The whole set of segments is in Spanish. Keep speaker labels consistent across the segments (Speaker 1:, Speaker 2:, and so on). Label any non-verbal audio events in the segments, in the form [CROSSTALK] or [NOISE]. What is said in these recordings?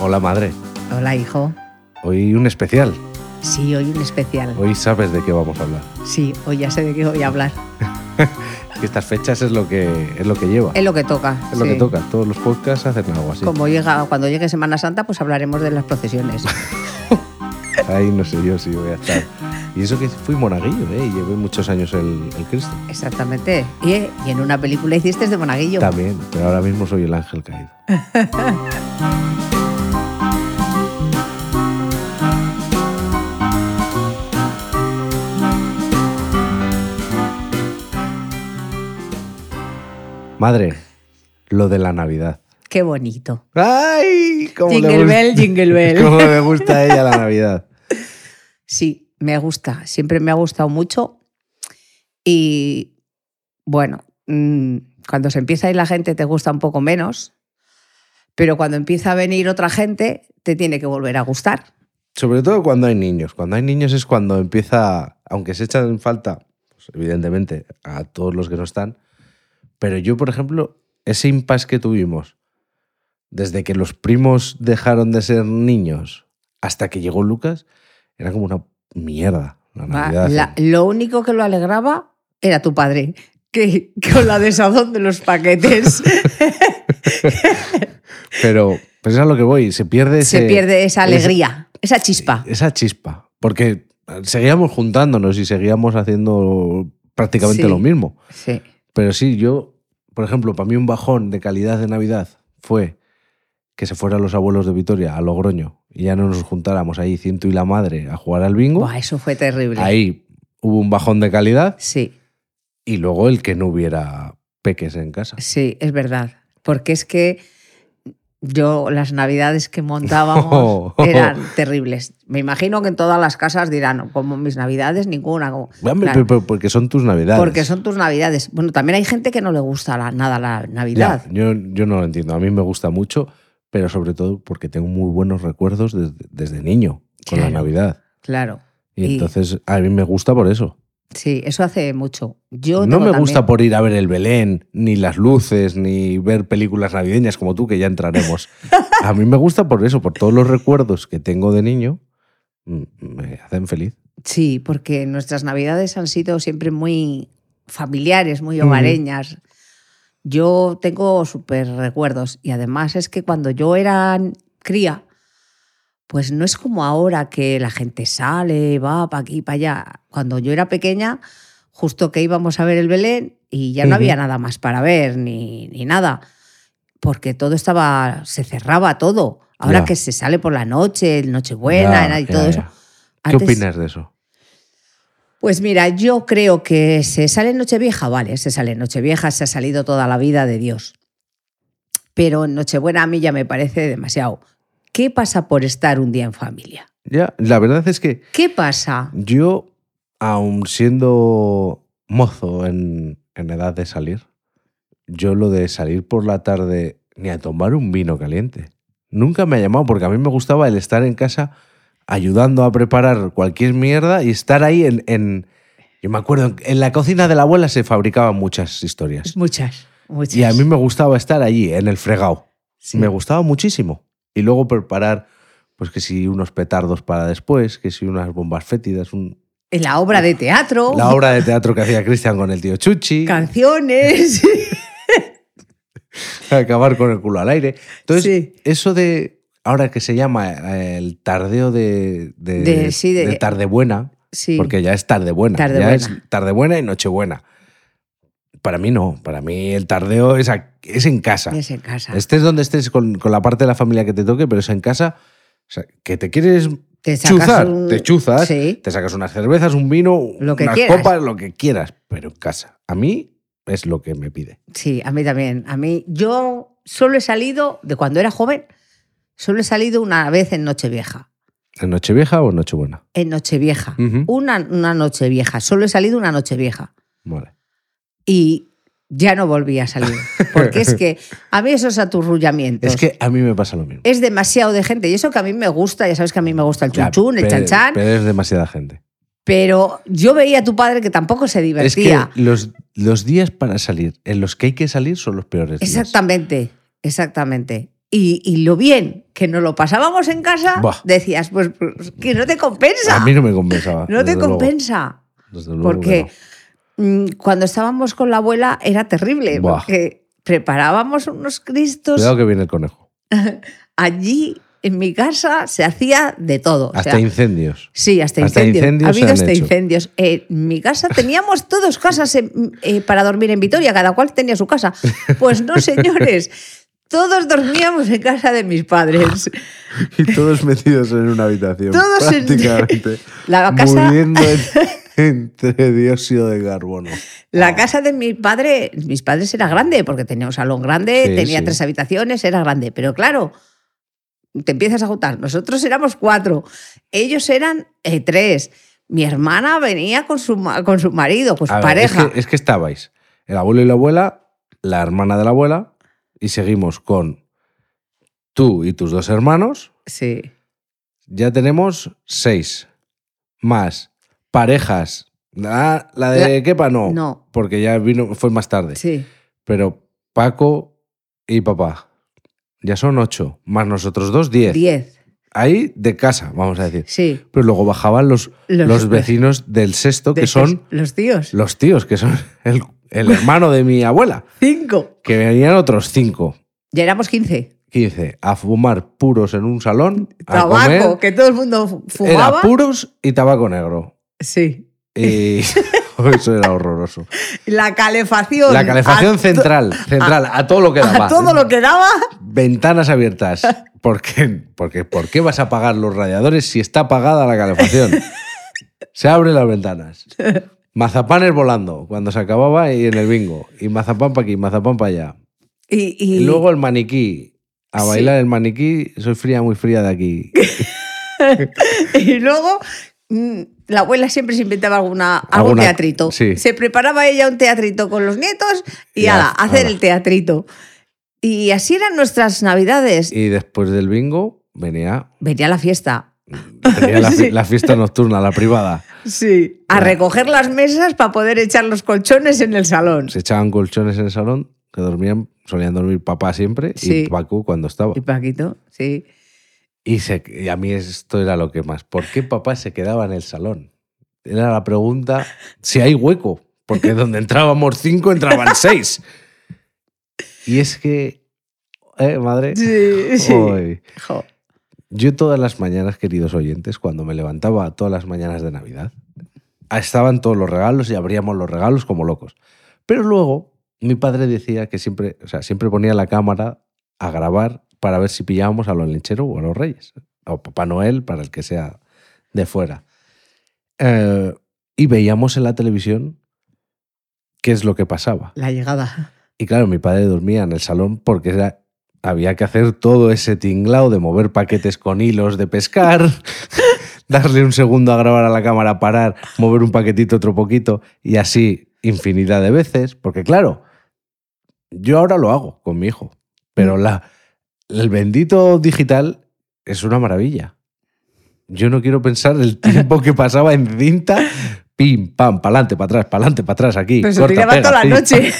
Speaker 1: Hola madre,
Speaker 2: Hola, hijo.
Speaker 1: hoy un especial.
Speaker 2: Sí, hoy un especial.
Speaker 1: Hoy sabes de qué vamos a hablar.
Speaker 2: Sí, hoy ya sé de qué voy a hablar.
Speaker 1: Que estas fechas es lo que es lo que lleva.
Speaker 2: Es lo que toca.
Speaker 1: Es lo
Speaker 2: sí.
Speaker 1: que toca. Todos los podcasts hacen algo así.
Speaker 2: Como llega, cuando llegue Semana Santa, pues hablaremos de
Speaker 1: [LAUGHS]
Speaker 2: las procesiones.
Speaker 1: Ahí no sé yo si voy a estar. Y eso que fui monaguillo, ¿eh? Y llevé muchos años el, el Cristo.
Speaker 2: Exactamente. Y, eh, y en una película hiciste de monaguillo.
Speaker 1: También, pero ahora mismo soy el ángel caído. Madre, lo de la Navidad.
Speaker 2: Qué bonito.
Speaker 1: ¡Ay! Cómo le
Speaker 2: Jingle
Speaker 1: gusta- [LAUGHS]
Speaker 2: bell, jingle bell.
Speaker 1: cómo me gusta a ella la Navidad.
Speaker 2: Sí, me gusta. Siempre me ha gustado mucho. Y bueno, mm, cuando se empieza a ir la gente te gusta un poco menos. Pero cuando empieza a venir otra gente, te tiene que volver a gustar.
Speaker 1: Sobre todo cuando hay niños. Cuando hay niños es cuando empieza, aunque se echan en falta, pues, evidentemente, a todos los que no están. Pero yo, por ejemplo, ese impasse que tuvimos desde que los primos dejaron de ser niños hasta que llegó Lucas, era como una mierda la
Speaker 2: Va,
Speaker 1: Navidad. ¿eh?
Speaker 2: la- lo único que lo alegraba era tu padre, que que con la desazón de
Speaker 1: [LAUGHS]
Speaker 2: los paquetes
Speaker 1: Pero pues es a lo que voy, se pierde
Speaker 2: se
Speaker 1: ese-
Speaker 2: pierde esa
Speaker 1: ese-
Speaker 2: alegría, esa chispa.
Speaker 1: Esa chispa. Porque eh, seguíamos juntándonos y seguíamos haciendo prácticamente
Speaker 2: Sí.
Speaker 1: lo mismo.
Speaker 2: Sí,
Speaker 1: Pero sí, yo, por ejemplo, para mí un bajón de calidad de Navidad fue que se fueran los abuelos de Vitoria a Logroño y ya no nos juntáramos ahí, Cinto y la madre, a jugar al bingo.
Speaker 2: Buah, eso fue terrible.
Speaker 1: Ahí hubo un bajón de calidad
Speaker 2: Sí,
Speaker 1: y luego el que no hubiera peques en casa.
Speaker 2: sí, es verdad. Porque es que yo las navidades que montábamos
Speaker 1: [LAUGHS] Oh, oh.
Speaker 2: eran terribles. Me imagino que en todas las casas dirán, como mis navidades, ninguna. como-
Speaker 1: Hombre,
Speaker 2: Claro,
Speaker 1: pero- Porque son tus navidades.
Speaker 2: porque son tus navidades. Bueno, también hay gente que no le gusta la- nada la
Speaker 1: Ya,
Speaker 2: Navidad.
Speaker 1: yo, yo no lo entiendo. A mí me gusta mucho, pero sobre todo porque tengo muy buenos recuerdos desde, desde niño con la
Speaker 2: Claro.
Speaker 1: Navidad.
Speaker 2: Claro.
Speaker 1: Y,
Speaker 2: Y-
Speaker 1: entonces a mí me gusta por eso.
Speaker 2: Sí, eso hace mucho. Yo
Speaker 1: no
Speaker 2: tengo
Speaker 1: me gusta
Speaker 2: también-
Speaker 1: por ir a ver el Belén, ni las luces, ni ver películas navideñas como tú, que ya
Speaker 2: [LAUGHS]
Speaker 1: entraremos. a mí me gusta por eso, por todos los recuerdos que tengo de niño, mm, me hacen feliz.
Speaker 2: Sí, porque nuestras navidades han sido siempre muy familiares, muy
Speaker 1: Mm.
Speaker 2: hogareñas. Yo tengo súper recuerdos y además es que cuando yo era cría, pues no es como ahora que la gente sale, va para aquí, para allá. Cuando yo era pequeña, justo que íbamos a ver el Belén y ya no
Speaker 1: Ujú.
Speaker 2: había nada más para ver ni, ni nada, porque todo estaba, se cerraba todo. Ahora
Speaker 1: Ya.
Speaker 2: que se sale por la noche, Nochebuena
Speaker 1: Ya,
Speaker 2: y
Speaker 1: ya,
Speaker 2: todo
Speaker 1: ya.
Speaker 2: eso.
Speaker 1: ¿Qué
Speaker 2: Antes-
Speaker 1: opinas de eso?
Speaker 2: pues mira, yo creo que se sale en Nochevieja, vale, se sale en Nochevieja, se ha salido toda la vida de Dios. Pero en Nochebuena a mí ya me parece demasiado. ¿Qué pasa por estar un día en familia?
Speaker 1: Ya, la verdad es que
Speaker 2: ¿Qué pasa?
Speaker 1: yo, aun siendo mozo en, en edad de salir, yo lo de salir por la tarde ni a tomar un vino caliente. Nunca me ha llamado porque a mí me gustaba el estar en casa ayudando a preparar cualquier mierda y estar ahí en... en- yo me acuerdo, en la cocina de la abuela se fabricaban muchas historias.
Speaker 2: Pues Muchas, muchas.
Speaker 1: Y a mí me gustaba estar allí, en el fregado.
Speaker 2: Sí.
Speaker 1: Me gustaba muchísimo. Y luego preparar, pues que si unos petardos para después, que si unas bombas fétidas, un,
Speaker 2: En la obra de teatro,
Speaker 1: la obra de teatro que hacía Cristian con el tío Chuchi,
Speaker 2: canciones.
Speaker 1: [LAUGHS]
Speaker 2: [LAUGHS]
Speaker 1: acabar con el culo al aire. Entonces,
Speaker 2: Sí.
Speaker 1: eso de ahora que se llama eh, el tardeo de, de,
Speaker 2: De- sí, de-
Speaker 1: tarde buena,
Speaker 2: sí.
Speaker 1: porque ya es tarde buena,
Speaker 2: Tarde
Speaker 1: ya
Speaker 2: buena.
Speaker 1: es tarde buena y nochebuena. Para mí no, para mí el tardeo es, a- es en casa.
Speaker 2: Es en casa.
Speaker 1: Estés donde estés con, con la parte de la familia que te toque, pero es en casa. O sea, que te quieres
Speaker 2: Te sacas
Speaker 1: chuzar,
Speaker 2: un-
Speaker 1: te chuzas,
Speaker 2: Sí.
Speaker 1: te sacas unas cervezas, un vino,
Speaker 2: Lo que
Speaker 1: unas
Speaker 2: quieras.
Speaker 1: copas, lo que quieras, pero en casa. A mí es lo que me pide.
Speaker 2: Sí, a mí también. A mí, yo solo he salido, de cuando era joven, solo he salido una vez en Nochevieja.
Speaker 1: ¿En Nochevieja o en Nochebuena?
Speaker 2: En Nochevieja.
Speaker 1: Ujú.
Speaker 2: una, una noche vieja. Solo he salido una noche vieja.
Speaker 1: Vale.
Speaker 2: Y ya no volví a salir. Porque es que a mí esos aturrullamientos.
Speaker 1: Es que a mí me pasa lo mismo.
Speaker 2: es demasiado de gente. Y eso que a mí me gusta, ya sabes que a mí me gusta el
Speaker 1: Ya,
Speaker 2: chunchun, el
Speaker 1: pero-
Speaker 2: chanchán.
Speaker 1: Pero es demasiada gente.
Speaker 2: Pero yo veía a tu padre que tampoco se
Speaker 1: Es que
Speaker 2: divertía.
Speaker 1: los, los días para salir, en los que hay que salir, son los peores días.
Speaker 2: Exactamente, exactamente. Y, y lo bien que nos lo pasábamos en casa,
Speaker 1: Buah.
Speaker 2: decías, pues, pues, que no te compensa.
Speaker 1: A mí no me compensaba.
Speaker 2: no te
Speaker 1: desde luego.
Speaker 2: compensa.
Speaker 1: Desde luego
Speaker 2: Porque
Speaker 1: que
Speaker 2: mm, cuando estábamos con la abuela era terrible,
Speaker 1: Buah.
Speaker 2: porque preparábamos unos
Speaker 1: no.
Speaker 2: cristos.
Speaker 1: Cuidado que viene el conejo.
Speaker 2: Allí en mi casa se hacía de todo. o
Speaker 1: Hasta
Speaker 2: sea,
Speaker 1: incendios.
Speaker 2: Sí, hasta,
Speaker 1: hasta
Speaker 2: incendios.
Speaker 1: incendios
Speaker 2: Ha
Speaker 1: se
Speaker 2: habido
Speaker 1: han
Speaker 2: hasta
Speaker 1: hecho.
Speaker 2: incendios. En mi casa teníamos todos casas en- eh, para dormir en Vitoria, cada cual tenía su casa. Pues
Speaker 1: [LAUGHS]
Speaker 2: no, señores, todos dormíamos en casa de mis padres.
Speaker 1: [LAUGHS] Y todos metidos en una habitación.
Speaker 2: Todos en-
Speaker 1: prácticamente.
Speaker 2: [LAUGHS] La casa,
Speaker 1: Muriendo en- [LAUGHS] entre dióxido de carbono. Ah.
Speaker 2: la casa de mi padre, mis padres era grande, porque tenía un salón grande,
Speaker 1: Sí,
Speaker 2: tenía
Speaker 1: sí.
Speaker 2: tres habitaciones, era grande. Pero claro, te empiezas a juntar. Nosotros éramos cuatro, ellos eran eh, tres. Mi hermana venía con su, ma- con su marido, con su
Speaker 1: A ver,
Speaker 2: Pues pareja.
Speaker 1: es, que, eh, es que estabais el abuelo y la abuela, la hermana de la abuela, y seguimos con tú y tus dos hermanos.
Speaker 2: Sí.
Speaker 1: Ya tenemos seis. Más parejas. La, la de Kepa no,
Speaker 2: no.
Speaker 1: Porque ya vino, fue más tarde.
Speaker 2: Sí.
Speaker 1: Pero Paco y papá. Ya son ocho. Más nosotros dos, diez.
Speaker 2: 10,
Speaker 1: Ahí de casa, vamos a decir.
Speaker 2: sí.
Speaker 1: Pero luego bajaban los,
Speaker 2: Los-
Speaker 1: los, vecinos del sexto, que
Speaker 2: De- pues,
Speaker 1: son
Speaker 2: Los tíos.
Speaker 1: los tíos, que son el, el hermano de mi abuela.
Speaker 2: Cinco.
Speaker 1: Que venían otros cinco,
Speaker 2: Ya éramos 15.
Speaker 1: 15, a fumar puros en un salón. A
Speaker 2: Tabaco,
Speaker 1: comer.
Speaker 2: que todo el mundo fu-
Speaker 1: Era
Speaker 2: fumaba.
Speaker 1: puros y tabaco negro.
Speaker 2: [LAUGHS] Sí.
Speaker 1: Y [LAUGHS] eso era horroroso.
Speaker 2: La calefacción.
Speaker 1: La calefacción
Speaker 2: a-
Speaker 1: central, central, a, todo lo que daba.
Speaker 2: A todo lo que daba.
Speaker 1: Ventanas
Speaker 2: [LAUGHS]
Speaker 1: abiertas. ¿Por qué? Porque, ¿Por qué vas a apagar los radiadores si está apagada la calefacción? Se abren las ventanas. Mazapanes volando cuando se acababa y en el bingo. Y mazapán para aquí, mazapán para allá.
Speaker 2: Y,
Speaker 1: Y luego el maniquí. A
Speaker 2: Sí.
Speaker 1: bailar el maniquí, soy fría, muy fría de
Speaker 2: [LAUGHS]
Speaker 1: aquí.
Speaker 2: y luego, mm, la abuela siempre se inventaba alguna, algún
Speaker 1: Alguna-
Speaker 2: teatrito.
Speaker 1: sí.
Speaker 2: Se preparaba ella un teatrito con los nietos y,
Speaker 1: Y
Speaker 2: ala,
Speaker 1: haz-
Speaker 2: hacer
Speaker 1: ala.
Speaker 2: el teatrito. Y así eran nuestras navidades.
Speaker 1: Y después del bingo venía,
Speaker 2: Venía la fiesta.
Speaker 1: venía
Speaker 2: [LAUGHS]
Speaker 1: la, fi-
Speaker 2: Sí.
Speaker 1: la fiesta nocturna, la privada.
Speaker 2: Sí. A
Speaker 1: Bueno.
Speaker 2: recoger las mesas para poder echar los colchones en el salón.
Speaker 1: Se echaban colchones en el salón, que dormían, solían dormir papá siempre
Speaker 2: Sí.
Speaker 1: y Paco cuando estaba.
Speaker 2: Y Paquito, sí.
Speaker 1: Y, se- y a mí esto era lo que más. ¿Por qué papá se quedaba en el salón? Era la pregunta si hay hueco,
Speaker 2: [LAUGHS]
Speaker 1: porque donde entrábamos cinco entraban seis. Y es que, ¿eh, madre?
Speaker 2: Sí, sí.
Speaker 1: Joder.
Speaker 2: Jo.
Speaker 1: Yo todas las mañanas, queridos oyentes, cuando me levantaba todas las mañanas de Navidad, estaban todos los regalos y abríamos los regalos como locos. Pero luego mi padre decía que siempre, o sea, siempre ponía la cámara a grabar para ver si pillábamos a los lincheros o a los reyes, o Papá Noel, para el que sea de fuera. Eh, y veíamos en la televisión qué es lo que pasaba.
Speaker 2: La llegada.
Speaker 1: Y claro, mi padre dormía en el salón porque era- había que hacer todo ese tinglao de mover paquetes con hilos de pescar, [LAUGHS] darle un segundo a grabar a la cámara, parar, mover un paquetito otro poquito y así infinidad de veces. Porque claro, yo ahora lo hago con mi hijo, pero
Speaker 2: Mm.
Speaker 1: la, el bendito digital es una maravilla. Yo no quiero pensar
Speaker 2: [LAUGHS]
Speaker 1: el tiempo que pasaba en cinta, pim, pam, pa'lante, para atrás, pa'lante, para atrás, aquí.
Speaker 2: Pero se
Speaker 1: corta,
Speaker 2: tiraba
Speaker 1: pega,
Speaker 2: toda la
Speaker 1: pim, [LAUGHS]
Speaker 2: noche.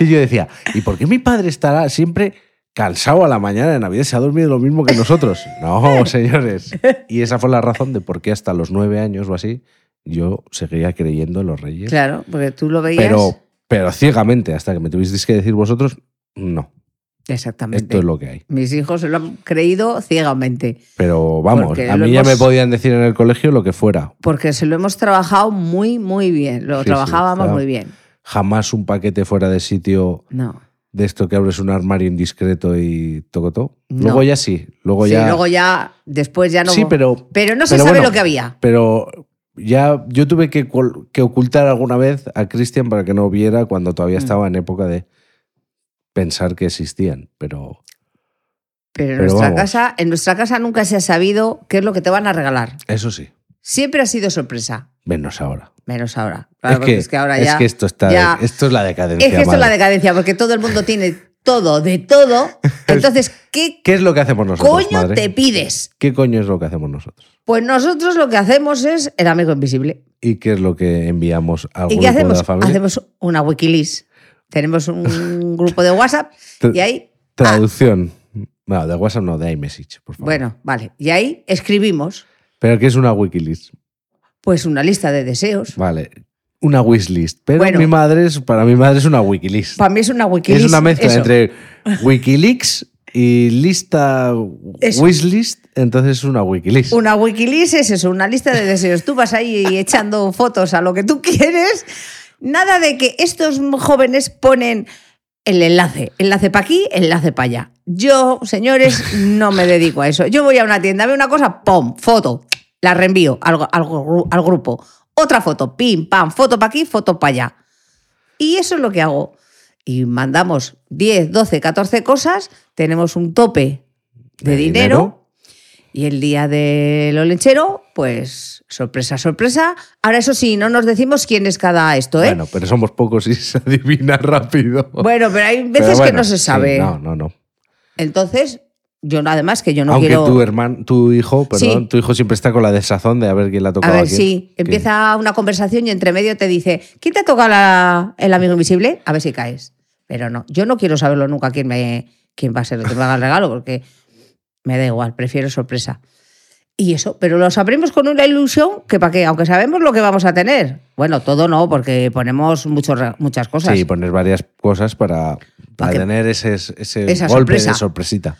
Speaker 1: y yo decía, ¿y por qué mi padre estará siempre cansado a la mañana de Navidad? Se ha dormido lo mismo que nosotros. No, señores. Y esa fue la razón de por qué hasta los nueve años o así yo seguía creyendo en los reyes.
Speaker 2: Claro, porque tú lo veías.
Speaker 1: pero, pero ciegamente, hasta que me tuvisteis que decir vosotros, no,
Speaker 2: Exactamente.
Speaker 1: esto es lo que hay.
Speaker 2: Mis hijos se lo han creído ciegamente,
Speaker 1: Pero vamos,
Speaker 2: Porque
Speaker 1: a
Speaker 2: lo
Speaker 1: mí ya me
Speaker 2: hemos-
Speaker 1: podían decir en el colegio lo que fuera.
Speaker 2: porque se lo hemos trabajado muy, muy bien. Lo
Speaker 1: Sí, sí,
Speaker 2: trabajábamos
Speaker 1: claro.
Speaker 2: muy bien.
Speaker 1: Jamás un paquete fuera de sitio
Speaker 2: No.
Speaker 1: de esto que abres un armario indiscreto y tocotó.
Speaker 2: No.
Speaker 1: Luego ya sí, luego
Speaker 2: Sí,
Speaker 1: ya...
Speaker 2: luego ya, después ya no.
Speaker 1: Sí, pero
Speaker 2: Pero no se
Speaker 1: pero
Speaker 2: sabe
Speaker 1: bueno.
Speaker 2: lo que había.
Speaker 1: pero ya yo tuve que, col- que ocultar alguna vez a Cristian para que no viera cuando todavía
Speaker 2: Mm.
Speaker 1: estaba en época de pensar que existían, pero
Speaker 2: Pero en
Speaker 1: Pero
Speaker 2: nuestra
Speaker 1: vamos.
Speaker 2: casa, en nuestra casa nunca se ha sabido qué es lo que te van a regalar.
Speaker 1: eso sí,
Speaker 2: Siempre ha sido sorpresa,
Speaker 1: menos ahora.
Speaker 2: menos ahora. Claro, porque Ah, pues es que ahora
Speaker 1: es
Speaker 2: ya.
Speaker 1: que esto está
Speaker 2: ya-
Speaker 1: esto es la decadencia.
Speaker 2: Es que esto es la
Speaker 1: madre.
Speaker 2: decadencia, porque todo el mundo tiene todo, de todo.
Speaker 1: [LAUGHS]
Speaker 2: Entonces, ¿qué
Speaker 1: ¿Qué es lo que hacemos nosotros,
Speaker 2: coño
Speaker 1: madre?
Speaker 2: te pides?
Speaker 1: ¿Qué coño es lo que hacemos nosotros?
Speaker 2: Pues nosotros lo que hacemos es el amigo invisible.
Speaker 1: ¿Y qué es lo que enviamos al
Speaker 2: ¿Y
Speaker 1: grupo
Speaker 2: qué
Speaker 1: de
Speaker 2: hacemos?
Speaker 1: la familia?
Speaker 2: Hacemos
Speaker 1: [LAUGHS]
Speaker 2: una Wikileaks. Tenemos un grupo de WhatsApp
Speaker 1: Tra-
Speaker 2: y ahí
Speaker 1: Traducción. Bueno, de WhatsApp no, de iMessage, por favor.
Speaker 2: Bueno, vale. Y ahí escribimos
Speaker 1: Pero que es una Wikilist.
Speaker 2: pues una lista de deseos.
Speaker 1: Vale. Una wishlist. Pero
Speaker 2: Bueno.
Speaker 1: mi madre es, para mi madre es una Wikilist.
Speaker 2: Para mí es una
Speaker 1: Que
Speaker 2: wikilist.
Speaker 1: es una mezcla
Speaker 2: eso.
Speaker 1: entre
Speaker 2: [LAUGHS]
Speaker 1: Wikileaks y lista
Speaker 2: Eso.
Speaker 1: wishlist, entonces es una Wikilist.
Speaker 2: Una wikilist es eso, una lista de deseos. Tú vas ahí echando fotos a lo que tú quieres. Nada de que estos jóvenes ponen el enlace. Enlace para aquí, enlace para allá. Yo, señores, no me dedico a eso. Yo voy a una tienda, veo una cosa, ¡pum! Foto. La reenvío al, al gru- al grupo. Otra foto, pim, pam, foto para aquí, foto para allá. Y eso es lo que hago. Y mandamos 10, 12, 14 cosas, tenemos un tope de,
Speaker 1: De
Speaker 2: dinero.
Speaker 1: dinero.
Speaker 2: Y el día del olenchero, pues sorpresa, sorpresa. Ahora eso sí, no nos decimos quién es cada esto, ¿eh?
Speaker 1: Bueno, pero somos pocos y [LAUGHS] se adivina rápido.
Speaker 2: Bueno, pero hay
Speaker 1: Pero
Speaker 2: veces que
Speaker 1: bueno,
Speaker 2: no se
Speaker 1: sí,
Speaker 2: sabe.
Speaker 1: no, no, no.
Speaker 2: Entonces, yo no- además que yo no
Speaker 1: Aunque
Speaker 2: quiero...
Speaker 1: tu hermano, tu hijo, perdón,
Speaker 2: Sí.
Speaker 1: tu hijo siempre está con la desazón de a ver quién la ha
Speaker 2: A
Speaker 1: tocado.
Speaker 2: ver,
Speaker 1: quién.
Speaker 2: sí,
Speaker 1: Que-
Speaker 2: empieza una conversación y entre medio te dice, ¿quién te ha tocado la- el amigo invisible? A ver si caes. Pero no, yo no quiero saberlo nunca quién, me, quién va a ser el que me haga el regalo, porque me da igual, prefiero sorpresa. Y eso, pero lo sabremos con una ilusión que para qué, aunque sabemos lo que vamos a tener. Bueno, todo no, porque ponemos muchos re- muchas cosas.
Speaker 1: Sí, poner varias cosas para, para
Speaker 2: que-
Speaker 1: tener ese, ese
Speaker 2: Esa
Speaker 1: golpe
Speaker 2: sorpresa.
Speaker 1: de sorpresita.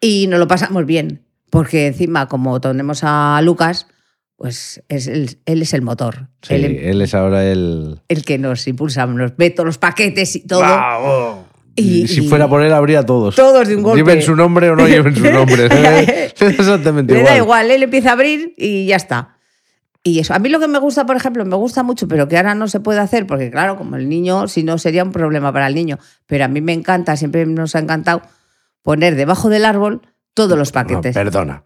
Speaker 2: Y nos lo pasamos bien, porque encima, como tenemos a Lucas, pues es el- él es el motor.
Speaker 1: Sí,
Speaker 2: Él em-
Speaker 1: él, es ahora el...
Speaker 2: el que nos impulsa, nos ve todos los paquetes y todo.
Speaker 1: ¡Bravo!
Speaker 2: Y-
Speaker 1: Y, si
Speaker 2: y-
Speaker 1: fuera por él, habría todos.
Speaker 2: Todos de un golpe.
Speaker 1: Lleven su nombre o no lleven su
Speaker 2: [LAUGHS]
Speaker 1: nombre. [LAUGHS] Es Exactamente
Speaker 2: Le
Speaker 1: igual.
Speaker 2: da igual, él empieza a abrir y ya está. Y eso, a mí lo que me gusta, por ejemplo, me gusta mucho, pero que ahora no se puede hacer, porque claro, como el niño, si no sería un problema para el niño, pero a mí me encanta, siempre nos ha encantado poner debajo del árbol todos los
Speaker 1: No,
Speaker 2: paquetes.
Speaker 1: perdona.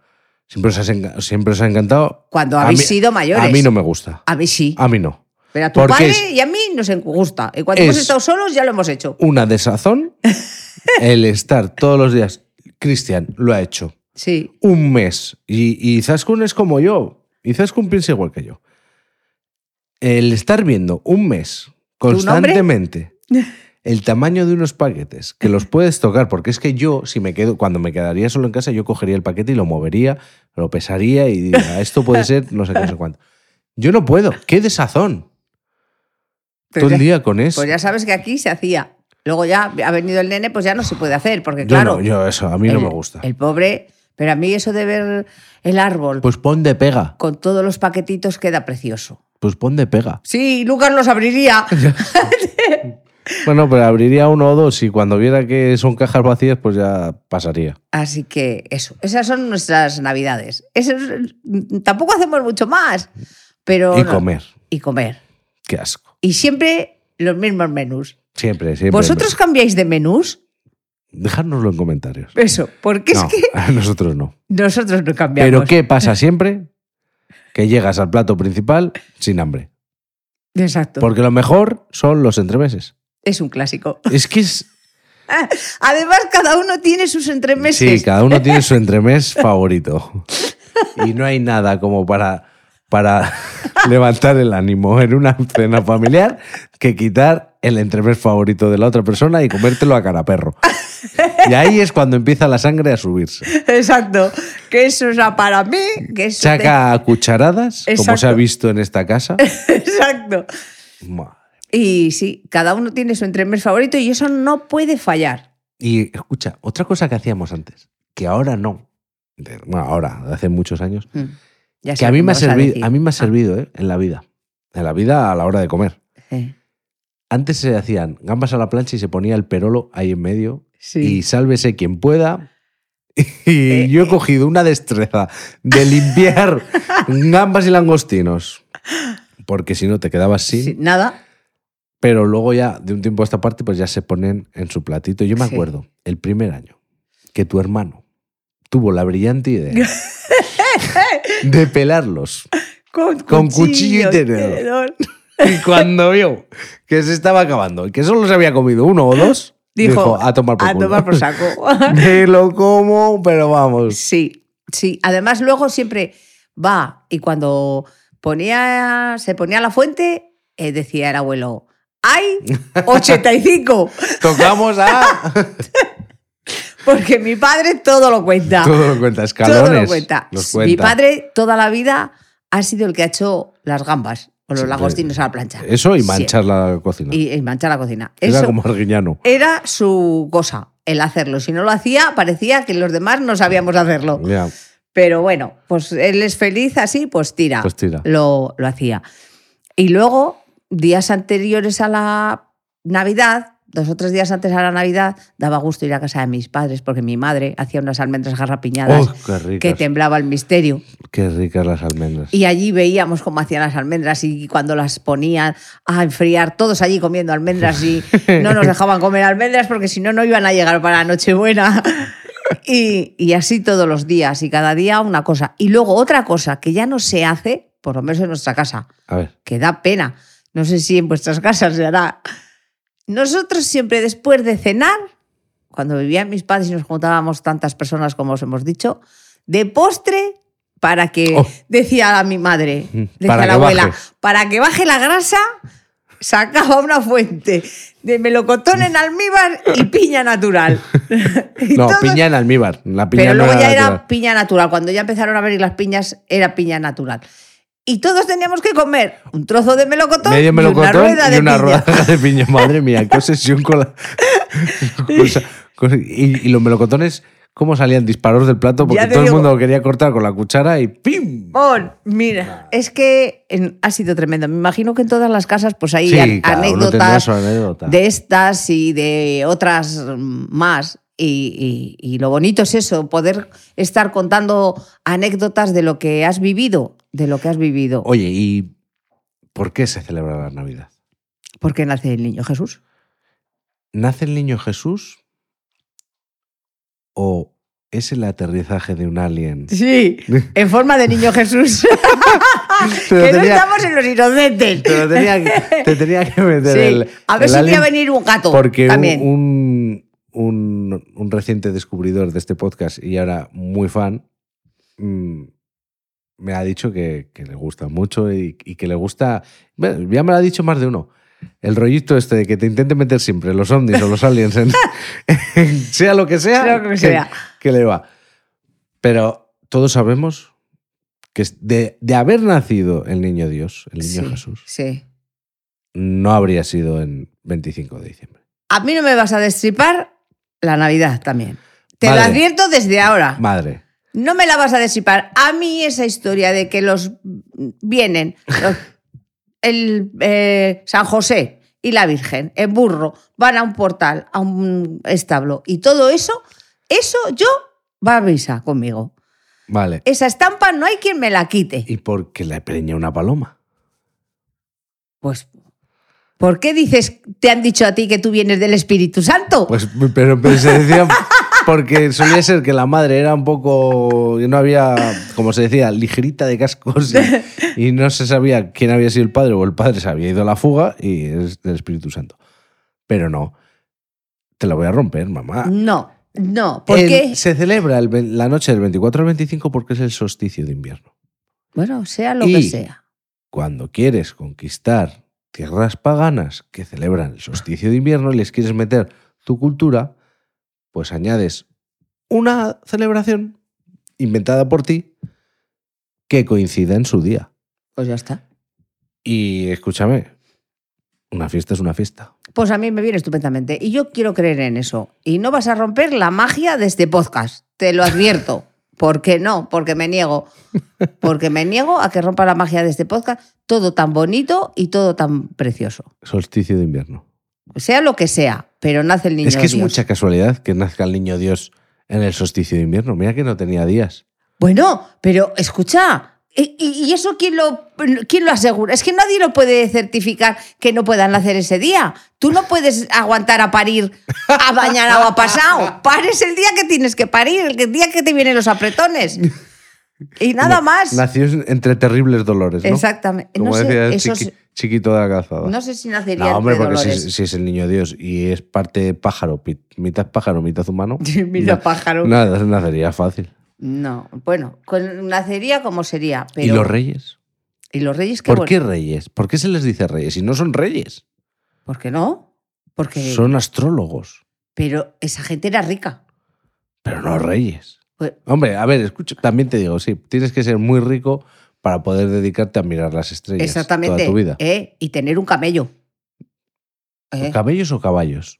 Speaker 1: Siempre os, has enga- siempre os ha encantado.
Speaker 2: Cuando
Speaker 1: A
Speaker 2: habéis
Speaker 1: mí-
Speaker 2: sido mayores.
Speaker 1: A mí no me gusta.
Speaker 2: A mí sí.
Speaker 1: A mí no.
Speaker 2: Pero a tu
Speaker 1: porque
Speaker 2: padre
Speaker 1: es-
Speaker 2: y a mí nos gusta. Y cuando
Speaker 1: es-
Speaker 2: hemos estado solos ya lo hemos hecho.
Speaker 1: Una desazón
Speaker 2: [LAUGHS]
Speaker 1: el estar todos los días. Cristian lo ha hecho.
Speaker 2: Sí.
Speaker 1: un mes. Y, y Zaskun es como yo. Y Zaskun piensa igual que yo. El estar viendo un mes
Speaker 2: nombre?
Speaker 1: constantemente
Speaker 2: [LAUGHS]
Speaker 1: el tamaño de unos paquetes que los puedes tocar, porque es que yo, si me quedo, cuando me quedaría solo en casa, yo cogería el paquete y lo movería, lo pesaría y diría, "Ah, esto puede ser no sé qué, no sé cuánto. Yo no puedo, qué desazón.
Speaker 2: Pero
Speaker 1: Todo el
Speaker 2: ya-
Speaker 1: día con eso.
Speaker 2: Pues ya sabes que aquí se hacía. Luego ya ha venido el nene, pues ya no se puede hacer, porque
Speaker 1: yo
Speaker 2: claro.
Speaker 1: no, yo eso, a mí no
Speaker 2: el-
Speaker 1: me gusta.
Speaker 2: El pobre, pero a mí eso de ver el árbol
Speaker 1: Pues pon de pega,
Speaker 2: con todos los paquetitos queda precioso.
Speaker 1: pues pon de pega.
Speaker 2: Sí, Lucas los abriría.
Speaker 1: [LAUGHS] Bueno, pero abriría uno o dos y cuando viera que son cajas vacías, pues ya pasaría.
Speaker 2: Así que eso, esas son nuestras navidades. Eso es- tampoco hacemos mucho más, pero
Speaker 1: y
Speaker 2: no.
Speaker 1: comer.
Speaker 2: y comer.
Speaker 1: Qué asco.
Speaker 2: Y siempre los mismos menús.
Speaker 1: Siempre, siempre.
Speaker 2: ¿Vosotros cambiáis de menús?
Speaker 1: Dejárnoslo en comentarios.
Speaker 2: Eso, porque
Speaker 1: no,
Speaker 2: [LAUGHS] es que
Speaker 1: a nosotros no.
Speaker 2: nosotros no cambiamos.
Speaker 1: Pero ¿qué pasa siempre? Que llegas al plato principal sin hambre.
Speaker 2: Exacto.
Speaker 1: Porque lo mejor son los entremeses.
Speaker 2: Es un clásico.
Speaker 1: Es que es...
Speaker 2: Además, cada uno tiene sus entremeses.
Speaker 1: Sí, cada uno tiene su entremés favorito. Y no hay nada como para, para [LAUGHS] levantar el ánimo en una cena familiar que quitar el entremés favorito de la otra persona y comértelo a cara perro. Y ahí es cuando empieza la sangre a subirse.
Speaker 2: [LAUGHS] Exacto. Que eso era para mí, que eso te-
Speaker 1: Chaca a cucharadas, como se
Speaker 2: Exacto.
Speaker 1: ha visto en esta casa.
Speaker 2: [LAUGHS] Exacto.
Speaker 1: Madre.
Speaker 2: Y sí, cada uno tiene su entremés favorito y eso no puede fallar.
Speaker 1: Y escucha, otra cosa que hacíamos antes, que ahora no. De- Bueno, ahora, de hace muchos años.
Speaker 2: Mm. Ya sé
Speaker 1: Que a mí,
Speaker 2: lo
Speaker 1: me ha
Speaker 2: vas
Speaker 1: servido,
Speaker 2: decir.
Speaker 1: a mí me ha
Speaker 2: Ah,
Speaker 1: servido ¿eh? en la vida. En la vida a la hora de comer.
Speaker 2: eh,
Speaker 1: Antes se hacían gambas a la plancha y se ponía el perolo ahí en medio.
Speaker 2: Sí. Eh,
Speaker 1: Y sálvese quien pueda. [LAUGHS] Y yo he cogido una destreza de
Speaker 2: [LAUGHS]
Speaker 1: limpiar gambas y langostinos. Porque si no te quedabas sin.
Speaker 2: Sí, Nada.
Speaker 1: Pero luego ya, de un tiempo a esta parte, pues ya se ponen en su platito. Yo me
Speaker 2: Sí.
Speaker 1: acuerdo, el primer año, que tu hermano tuvo la brillante
Speaker 2: [LAUGHS]
Speaker 1: idea de pelarlos.
Speaker 2: Con,
Speaker 1: Con cuchillo y tenedor. Y cuando vio que se estaba acabando y que solo se había comido uno o dos,
Speaker 2: Dijo,
Speaker 1: dijo, a tomar por
Speaker 2: a
Speaker 1: culo".
Speaker 2: tomar por saco.
Speaker 1: [LAUGHS] Me lo como, pero vamos.
Speaker 2: sí, sí. Además, luego siempre va y cuando ponía, se ponía la fuente, eh, decía el abuelo,
Speaker 1: [LAUGHS]
Speaker 2: ¡ay! ¡85! [LAUGHS]
Speaker 1: Tocamos a...
Speaker 2: Porque mi padre todo lo cuenta.
Speaker 1: Todo lo cuenta, escalones.
Speaker 2: Todo lo cuenta.
Speaker 1: los cuenta.
Speaker 2: Mi padre toda la vida ha sido el que ha hecho las gambas o los
Speaker 1: Siempre.
Speaker 2: langostinos a la plancha.
Speaker 1: Eso y
Speaker 2: Sí.
Speaker 1: manchar la cocina.
Speaker 2: Y, y manchar la cocina.
Speaker 1: Era
Speaker 2: Eso
Speaker 1: como arguiñano.
Speaker 2: era su cosa, el hacerlo. Si no lo hacía, parecía que los demás no sabíamos hacerlo.
Speaker 1: Ya,
Speaker 2: Pero bueno, pues él es feliz así, pues tira.
Speaker 1: pues tira.
Speaker 2: Lo, lo hacía. Y luego, días anteriores a la Navidad, dos o tres días antes a la Navidad, daba gusto ir a casa de mis padres porque mi madre hacía unas almendras garrapiñadas
Speaker 1: Oh, qué
Speaker 2: que
Speaker 1: ricas.
Speaker 2: temblaba el misterio.
Speaker 1: Qué ricas las almendras.
Speaker 2: Y allí veíamos cómo hacían las almendras y cuando las ponían a enfriar, todos allí comiendo almendras y no nos dejaban comer almendras porque si no, no iban a llegar para Nochebuena. [LAUGHS] Y, y así todos los días y cada día una cosa. Y luego otra cosa que ya no se hace, por lo menos en nuestra casa,
Speaker 1: A ver.
Speaker 2: que da pena. No sé si en vuestras casas se hará. Nosotros siempre después de cenar, cuando vivían mis padres y nos juntábamos tantas personas como os hemos dicho, de postre para que,
Speaker 1: Oh.
Speaker 2: decía a mi madre,
Speaker 1: Mm,
Speaker 2: decía
Speaker 1: para
Speaker 2: la
Speaker 1: que
Speaker 2: abuela,
Speaker 1: baje.
Speaker 2: para que baje la grasa, sacaba una fuente de melocotón en almíbar y
Speaker 1: [LAUGHS]
Speaker 2: piña natural. Y
Speaker 1: No,
Speaker 2: todo-
Speaker 1: piña en almíbar. La piña
Speaker 2: pero
Speaker 1: no
Speaker 2: luego ya
Speaker 1: natural.
Speaker 2: era piña natural. Cuando ya empezaron a abrir las piñas, era piña natural. Y todos teníamos que comer un trozo de melocotón,
Speaker 1: medio
Speaker 2: y una
Speaker 1: melocotón
Speaker 2: rueda
Speaker 1: y
Speaker 2: de
Speaker 1: una
Speaker 2: piña.
Speaker 1: rodaja de piña. [LAUGHS] Madre mía, qué obsesión con
Speaker 2: [LAUGHS]
Speaker 1: la. cosa- cosa- y, y los melocotones, ¿cómo salían disparos del plato? Porque
Speaker 2: Ya te
Speaker 1: todo el
Speaker 2: digo.
Speaker 1: mundo lo quería cortar con la cuchara y ¡pim!
Speaker 2: [LAUGHS] Bon, mira, es que en- ha sido tremendo. Me imagino que en todas las casas pues hay an-
Speaker 1: cada uno tendrá
Speaker 2: anécdotas
Speaker 1: su anécdota.
Speaker 2: de estas y de otras mm, más. Y, y- y lo bonito es eso, poder estar contando anécdotas de lo que has vivido, de lo que has vivido.
Speaker 1: Oye, ¿y por qué se celebra la Navidad?
Speaker 2: ¿Por qué nace el niño Jesús?
Speaker 1: ¿Nace el niño Jesús? ¿O es el aterrizaje de un
Speaker 2: [LAUGHS]
Speaker 1: alien?
Speaker 2: Sí, en forma
Speaker 1: [LAUGHS]
Speaker 2: de niño Jesús.
Speaker 1: Te lo
Speaker 2: que no
Speaker 1: tenía-
Speaker 2: estamos en los inocentes.
Speaker 1: te lo tenía que- te tenía que meter
Speaker 2: Sí,
Speaker 1: el-
Speaker 2: a
Speaker 1: el
Speaker 2: ver si voy a
Speaker 1: alien.
Speaker 2: venir un gato
Speaker 1: Porque un-
Speaker 2: también.
Speaker 1: Un, un- un reciente descubridor de este podcast y ahora muy fan mm, me ha dicho que, que le gusta mucho y, y que le gusta. bueno, Ya me lo ha dicho más de uno. El rollito este de que te intente meter siempre los ovnis o los aliens,
Speaker 2: [LAUGHS]
Speaker 1: en- en sea lo que sea,
Speaker 2: Sea lo que sea.
Speaker 1: que le va. Pero todos sabemos que es- de, de haber nacido el niño Dios, el niño
Speaker 2: Sí,
Speaker 1: Jesús,
Speaker 2: Sí.
Speaker 1: no habría sido en 25 de diciembre.
Speaker 2: A mí no me vas a destripar la Navidad también. Te lo
Speaker 1: Madre.
Speaker 2: advierto desde ahora.
Speaker 1: Madre.
Speaker 2: No me la vas a destripar. A mí esa historia de que los vienen los- el eh, San José y la Virgen en burro van a un portal, a un establo y todo eso, eso yo va a misa conmigo.
Speaker 1: Vale.
Speaker 2: Esa estampa no hay quien me la quite.
Speaker 1: ¿Y por qué le preñé una paloma?
Speaker 2: Pues, ¿por qué dices, te han dicho a ti que tú vienes del Espíritu Santo?
Speaker 1: Pues, pero, pero se decía. Porque solía ser que la madre era un poco. No había, como se decía, ligerita de cascos y, y no se sabía quién había sido el padre o el padre se había ido a la fuga y es del Espíritu Santo. Pero no. Te la voy a romper, mamá.
Speaker 2: no, no, ¿por
Speaker 1: El-
Speaker 2: qué?
Speaker 1: Se celebra el ve- la noche del 24 al 25 porque es el solsticio de invierno.
Speaker 2: Bueno, sea lo
Speaker 1: Y-
Speaker 2: que sea.
Speaker 1: cuando quieres conquistar tierras paganas que celebran el solsticio de invierno y les quieres meter tu cultura, pues añades una celebración inventada por ti que coincida en su día.
Speaker 2: Pues ya está.
Speaker 1: Y escúchame, una fiesta es una fiesta.
Speaker 2: Pues a mí me viene estupendamente y yo quiero creer en eso. Y no vas a romper la magia de este podcast, te
Speaker 1: [LAUGHS]
Speaker 2: lo advierto. ¿Por qué no? Porque me niego. Porque me niego a que rompa la magia de este podcast, todo tan bonito y todo tan precioso.
Speaker 1: Solsticio de invierno.
Speaker 2: Sea lo que sea, pero nace el niño.
Speaker 1: es que es
Speaker 2: Dios.
Speaker 1: mucha casualidad que nazca el niño Dios en el solsticio de invierno. Mira que no tenía días.
Speaker 2: Bueno, pero escucha, ¿y, y- y eso quién lo, quién lo asegura? Es que nadie lo puede certificar que no puedan nacer ese día. Tú no puedes aguantar a parir a mañana o a pasado. Pares el día que tienes que parir, el día que te vienen los apretones.
Speaker 1: [LAUGHS]
Speaker 2: Y nada
Speaker 1: Na-
Speaker 2: más.
Speaker 1: Nació entre terribles dolores. ¿no?
Speaker 2: Exactamente.
Speaker 1: Como
Speaker 2: no,
Speaker 1: decía
Speaker 2: sé,
Speaker 1: el
Speaker 2: esos-
Speaker 1: chiqui- chiquito de la calzada.
Speaker 2: no sé si nacería
Speaker 1: No, hombre,
Speaker 2: entre
Speaker 1: porque si,
Speaker 2: dolores.
Speaker 1: es- si es el niño Dios y es parte pájaro, pi- mitad pájaro, mitad
Speaker 2: [LAUGHS]
Speaker 1: humano.
Speaker 2: Mira,
Speaker 1: na-
Speaker 2: pájaro. No.
Speaker 1: Nada, nacería fácil.
Speaker 2: bueno, con- nacería como sería. Pero,
Speaker 1: ¿Y los reyes?
Speaker 2: ¿Y los reyes qué?
Speaker 1: ¿Por
Speaker 2: bueno,
Speaker 1: qué reyes? ¿Por qué se les dice reyes? Si no son reyes,
Speaker 2: ¿Por qué no? Porque
Speaker 1: son astrólogos.
Speaker 2: Pero esa gente era rica.
Speaker 1: pero no reyes.
Speaker 2: Pues-
Speaker 1: Hombre, a ver, escucha, también te digo, sí, tienes que ser muy rico para poder dedicarte a mirar las estrellas
Speaker 2: Exactamente.
Speaker 1: toda tu vida.
Speaker 2: ¿eh? Y tener un camello. ¿Eh?
Speaker 1: ¿Camellos o caballos?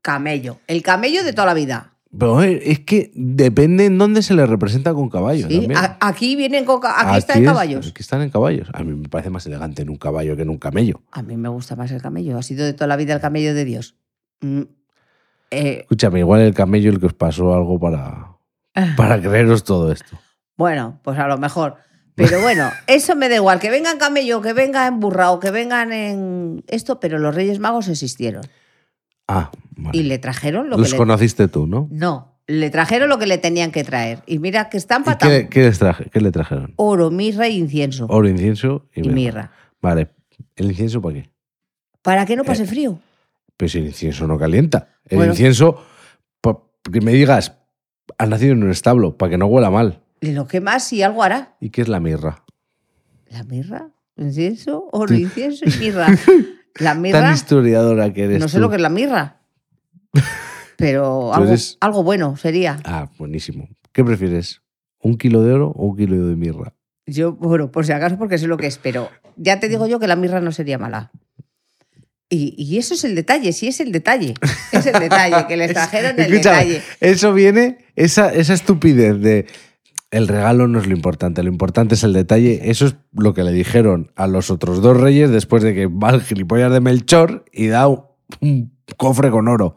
Speaker 2: Camello. El camello de toda la vida.
Speaker 1: Pero eh, es que depende en dónde se le representa con caballo.
Speaker 2: ¿sí?
Speaker 1: también.
Speaker 2: A- Aquí vienen con ca- aquí, están
Speaker 1: es-
Speaker 2: caballos.
Speaker 1: Aquí están en caballos. A mí me parece más elegante en un caballo que en un camello.
Speaker 2: A mí me gusta más el camello. Ha sido de toda la vida el camello de Dios. Mm,
Speaker 1: [LAUGHS]
Speaker 2: eh,
Speaker 1: Escúchame, igual el camello el que os pasó algo para, para creeros todo esto.
Speaker 2: Bueno, pues a lo mejor. Pero bueno, eso me da igual. Que vengan camello, que venga en burra o que vengan en esto, pero los Reyes Magos existieron.
Speaker 1: Ah, vale.
Speaker 2: Y le trajeron lo que
Speaker 1: Los
Speaker 2: le...
Speaker 1: conociste tú, ¿no?
Speaker 2: No, le trajeron lo que le tenían que traer. Y mira que están
Speaker 1: ¿Y qué,
Speaker 2: fatal.
Speaker 1: qué les traje- qué le trajeron?
Speaker 2: Oro, mirra e incienso.
Speaker 1: Oro, incienso y,
Speaker 2: y
Speaker 1: mirra.
Speaker 2: mirra.
Speaker 1: Vale. ¿El incienso para qué?
Speaker 2: Para
Speaker 1: Eh,
Speaker 2: que no pase frío.
Speaker 1: Pues el incienso no calienta. El
Speaker 2: Bueno.
Speaker 1: incienso, pa- que me digas, ha nacido en un establo, para que no huela mal.
Speaker 2: Y lo que más y algo hará.
Speaker 1: ¿Y qué es la mirra?
Speaker 2: La mirra, incienso, oro, incienso y
Speaker 1: [LAUGHS]
Speaker 2: mirra. La
Speaker 1: Tan
Speaker 2: mirra,
Speaker 1: historiadora que eres.
Speaker 2: no sé
Speaker 1: tú.
Speaker 2: lo que es la mirra.
Speaker 1: [LAUGHS]
Speaker 2: Pero
Speaker 1: Tú
Speaker 2: algo,
Speaker 1: eres-
Speaker 2: algo bueno sería.
Speaker 1: Ah, buenísimo. ¿Qué prefieres? ¿Un kilo de oro o un kilo de mirra?
Speaker 2: Yo, bueno, por si acaso, porque sé lo que espero. Ya te
Speaker 1: Mm.
Speaker 2: digo yo que la mirra no sería mala. Y, y eso es el detalle, sí es el detalle. Es el detalle,
Speaker 1: [LAUGHS]
Speaker 2: que les trajeron el
Speaker 1: Escúchame,
Speaker 2: detalle.
Speaker 1: Eso viene, esa, esa estupidez de el regalo no es lo importante, lo importante es el detalle. Eso es lo que le dijeron a los otros dos reyes después de que va el gilipollas de Melchor y da un, un cofre con oro.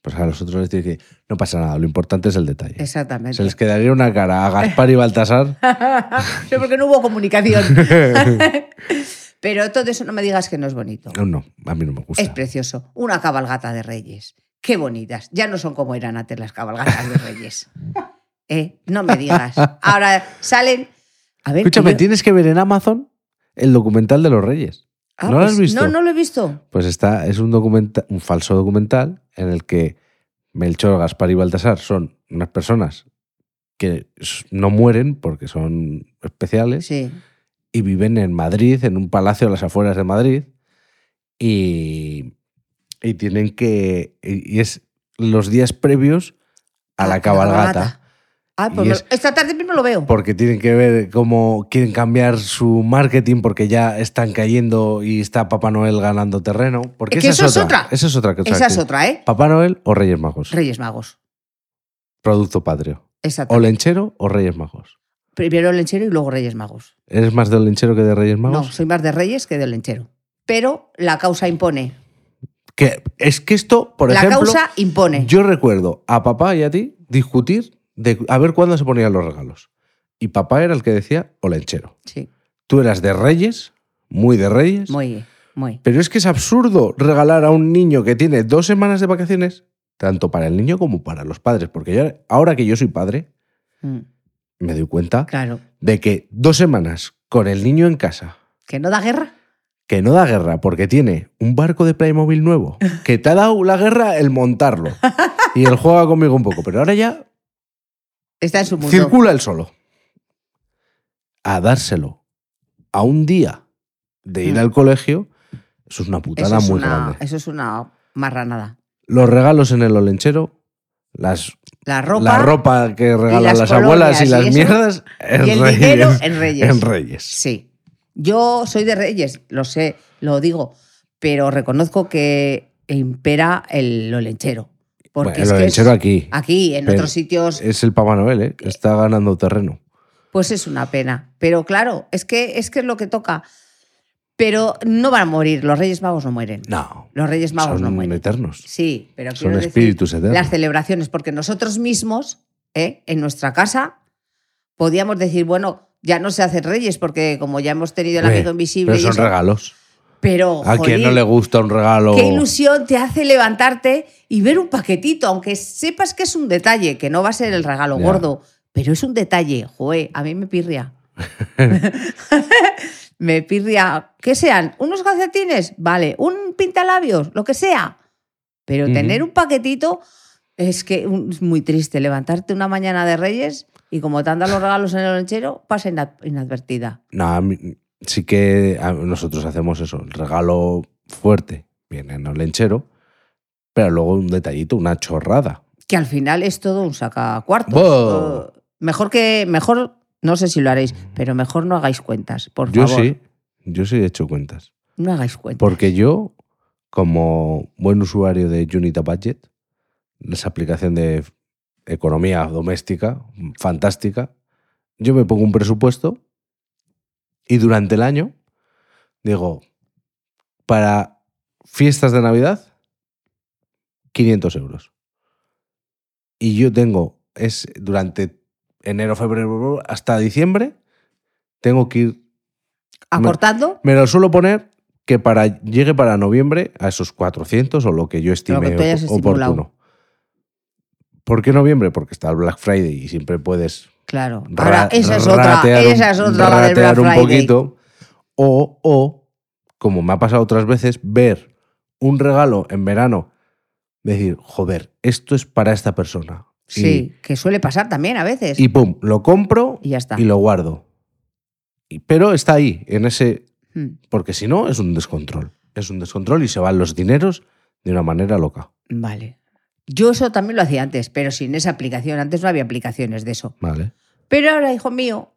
Speaker 1: Pues a los otros les dice, no pasa nada, lo importante es el detalle. Se
Speaker 2: Exactamente.
Speaker 1: les quedaría una cara a Gaspar y Baltasar.
Speaker 2: [LAUGHS] No, porque no hubo comunicación.
Speaker 1: [LAUGHS]
Speaker 2: Pero todo eso no me digas que no es bonito.
Speaker 1: No, no, a mí no me gusta.
Speaker 2: Es precioso. Una cabalgata de reyes. Qué bonitas. Ya no son como eran antes las cabalgatas de
Speaker 1: [LAUGHS]
Speaker 2: reyes. ¿Eh? No me digas. Ahora salen. A ver, que
Speaker 1: Escúchame,
Speaker 2: yo-
Speaker 1: tienes que ver en Amazon el documental de los reyes.
Speaker 2: Ah,
Speaker 1: ¿No lo has
Speaker 2: pues,
Speaker 1: visto?
Speaker 2: No, no lo he visto.
Speaker 1: Pues está, es un documental, un falso documental en el que Melchor, Gaspar y Baltasar son unas personas que s- no mueren porque son especiales
Speaker 2: Sí.
Speaker 1: y viven en Madrid, en un palacio a las afueras de Madrid y, y tienen que y y es los días previos a la cabalgata.
Speaker 2: Ah,
Speaker 1: Y
Speaker 2: pues me-
Speaker 1: es-
Speaker 2: esta tarde mismo lo veo.
Speaker 1: Porque tienen que ver cómo quieren cambiar su marketing porque ya están cayendo y está Papá Noel ganando terreno. Porque
Speaker 2: Es que
Speaker 1: esa
Speaker 2: eso es otra.
Speaker 1: Esa es otra cosa.
Speaker 2: Esa es
Speaker 1: que-
Speaker 2: otra, ¿eh?
Speaker 1: ¿Papá Noel o Reyes Magos?
Speaker 2: Reyes Magos.
Speaker 1: Producto patrio.
Speaker 2: Exacto.
Speaker 1: ¿O lenchero o Reyes Magos?
Speaker 2: Primero el lenchero y luego Reyes Magos.
Speaker 1: ¿Eres más de lenchero que de Reyes Magos?
Speaker 2: No, soy más de Reyes que del lenchero. Pero la causa impone.
Speaker 1: Que, es que esto, por
Speaker 2: la
Speaker 1: ejemplo,
Speaker 2: causa impone.
Speaker 1: yo recuerdo a papá y a ti discutir de a ver cuándo se ponían los regalos. Y papá era el que decía o lenchero.
Speaker 2: Sí,
Speaker 1: Tú eras de Reyes, muy de Reyes.
Speaker 2: muy, muy.
Speaker 1: Pero es que es absurdo regalar a un niño que tiene dos semanas de vacaciones, tanto para el niño como para los padres. Porque yo- ahora que yo soy padre,
Speaker 2: Mm,
Speaker 1: me doy cuenta
Speaker 2: Claro.
Speaker 1: de que dos semanas con el niño en casa,
Speaker 2: ¿Que no da guerra?
Speaker 1: que no da guerra porque tiene un barco de Playmobil
Speaker 2: [LAUGHS]
Speaker 1: nuevo, que te ha dado la guerra el montarlo. Y él juega conmigo un poco, pero ahora ya
Speaker 2: Está en su mundo.
Speaker 1: circula él solo. A dárselo a un día de ir
Speaker 2: Mm.
Speaker 1: al colegio, eso es una
Speaker 2: eso,
Speaker 1: putada
Speaker 2: es
Speaker 1: muy
Speaker 2: una,
Speaker 1: grande.
Speaker 2: eso es una marranada.
Speaker 1: Los regalos en el olenchero, las,
Speaker 2: La ropa,
Speaker 1: la ropa que regalan las,
Speaker 2: las
Speaker 1: abuelas y
Speaker 2: colonias y
Speaker 1: las
Speaker 2: eso,
Speaker 1: mierdas, en
Speaker 2: y el
Speaker 1: Reyes.
Speaker 2: dinero en Reyes.
Speaker 1: En Reyes.
Speaker 2: Sí. Yo soy de Reyes, lo sé, lo digo, pero reconozco que impera el olenchero. Porque
Speaker 1: Bueno, el
Speaker 2: es que es-
Speaker 1: olenchero aquí.
Speaker 2: aquí, en
Speaker 1: Pero-
Speaker 2: otros sitios,
Speaker 1: Es el Papá Noel, ¿eh? que está ganando terreno.
Speaker 2: pues es una pena. Pero claro, es que es, que es lo que toca. Pero no van a morir, los Reyes Magos no mueren.
Speaker 1: No.
Speaker 2: Los Reyes Magos no
Speaker 1: son
Speaker 2: mueren.
Speaker 1: eternos.
Speaker 2: Sí, pero
Speaker 1: Son
Speaker 2: quiero decir,
Speaker 1: espíritus eternos.
Speaker 2: las celebraciones, porque nosotros mismos, ¿eh? en nuestra casa, podíamos decir, bueno, ya no se hace Reyes, porque como ya hemos tenido el
Speaker 1: Hombre,
Speaker 2: amigo invisible
Speaker 1: Pero
Speaker 2: y
Speaker 1: son
Speaker 2: eso,
Speaker 1: regalos.
Speaker 2: pero
Speaker 1: ¿A quien no
Speaker 2: jolín,
Speaker 1: le gusta un regalo?
Speaker 2: Qué ilusión te hace levantarte y ver un paquetito, aunque sepas que es un detalle, que no va a ser el regalo
Speaker 1: Ya.
Speaker 2: gordo, pero es un detalle. Joder, a mí
Speaker 1: [LAUGHS]
Speaker 2: me pirria. me pirria. Que sean unos calcetines, vale, un pintalabios, lo que sea. Pero
Speaker 1: Ujú.
Speaker 2: tener un paquetito es que un- es muy triste. Levantarte una mañana de Reyes y como te andan los regalos en el lonchero, pasa ina- inadvertida.
Speaker 1: No, a mí- sí que a- nosotros hacemos eso. El regalo fuerte viene en el lenchero, pero luego un detallito, una chorrada.
Speaker 2: que al final es todo un sacacuartos.
Speaker 1: Wow.
Speaker 2: Eh, Mejor que, mejor, no sé si lo haréis, pero mejor no hagáis cuentas, por
Speaker 1: Mm. Yo
Speaker 2: favor.
Speaker 1: sí, yo sí he hecho cuentas.
Speaker 2: No hagáis cuentas.
Speaker 1: Porque yo, como buen usuario de Unita Budget, esa aplicación de economía doméstica fantástica, yo me pongo un presupuesto y durante el año digo, para fiestas de Navidad, 500 euros. Y yo tengo, es durante enero, febrero, hasta diciembre, tengo que ir
Speaker 2: Acortando,
Speaker 1: me lo suelo poner que para llegue para noviembre a esos 400 o lo que yo estime
Speaker 2: Lo que tú hayas
Speaker 1: op- oportuno.
Speaker 2: estipulado.
Speaker 1: ¿Por qué noviembre? Porque está el Black Friday y siempre puedes
Speaker 2: claro.
Speaker 1: ra-
Speaker 2: Ahora, esa es otra,
Speaker 1: ratear un-
Speaker 2: esa es otra la del Black
Speaker 1: ratear un
Speaker 2: Friday.
Speaker 1: poquito. O, o, como me ha pasado otras veces, ver un regalo en verano, decir, joder, esto es para esta persona. Y-
Speaker 2: Sí, que suele pasar también a veces.
Speaker 1: Y, pum, lo compro
Speaker 2: Y ya está.
Speaker 1: y lo guardo. Y- Pero está ahí, en ese
Speaker 2: Hmm.
Speaker 1: porque si no, es un descontrol. Es un descontrol y se van los dineros de una manera loca.
Speaker 2: Vale. Yo eso también lo hacía antes, pero sin esa aplicación. Antes no había aplicaciones de eso.
Speaker 1: Vale.
Speaker 2: Pero ahora,
Speaker 1: [LAUGHS]
Speaker 2: hijo mío.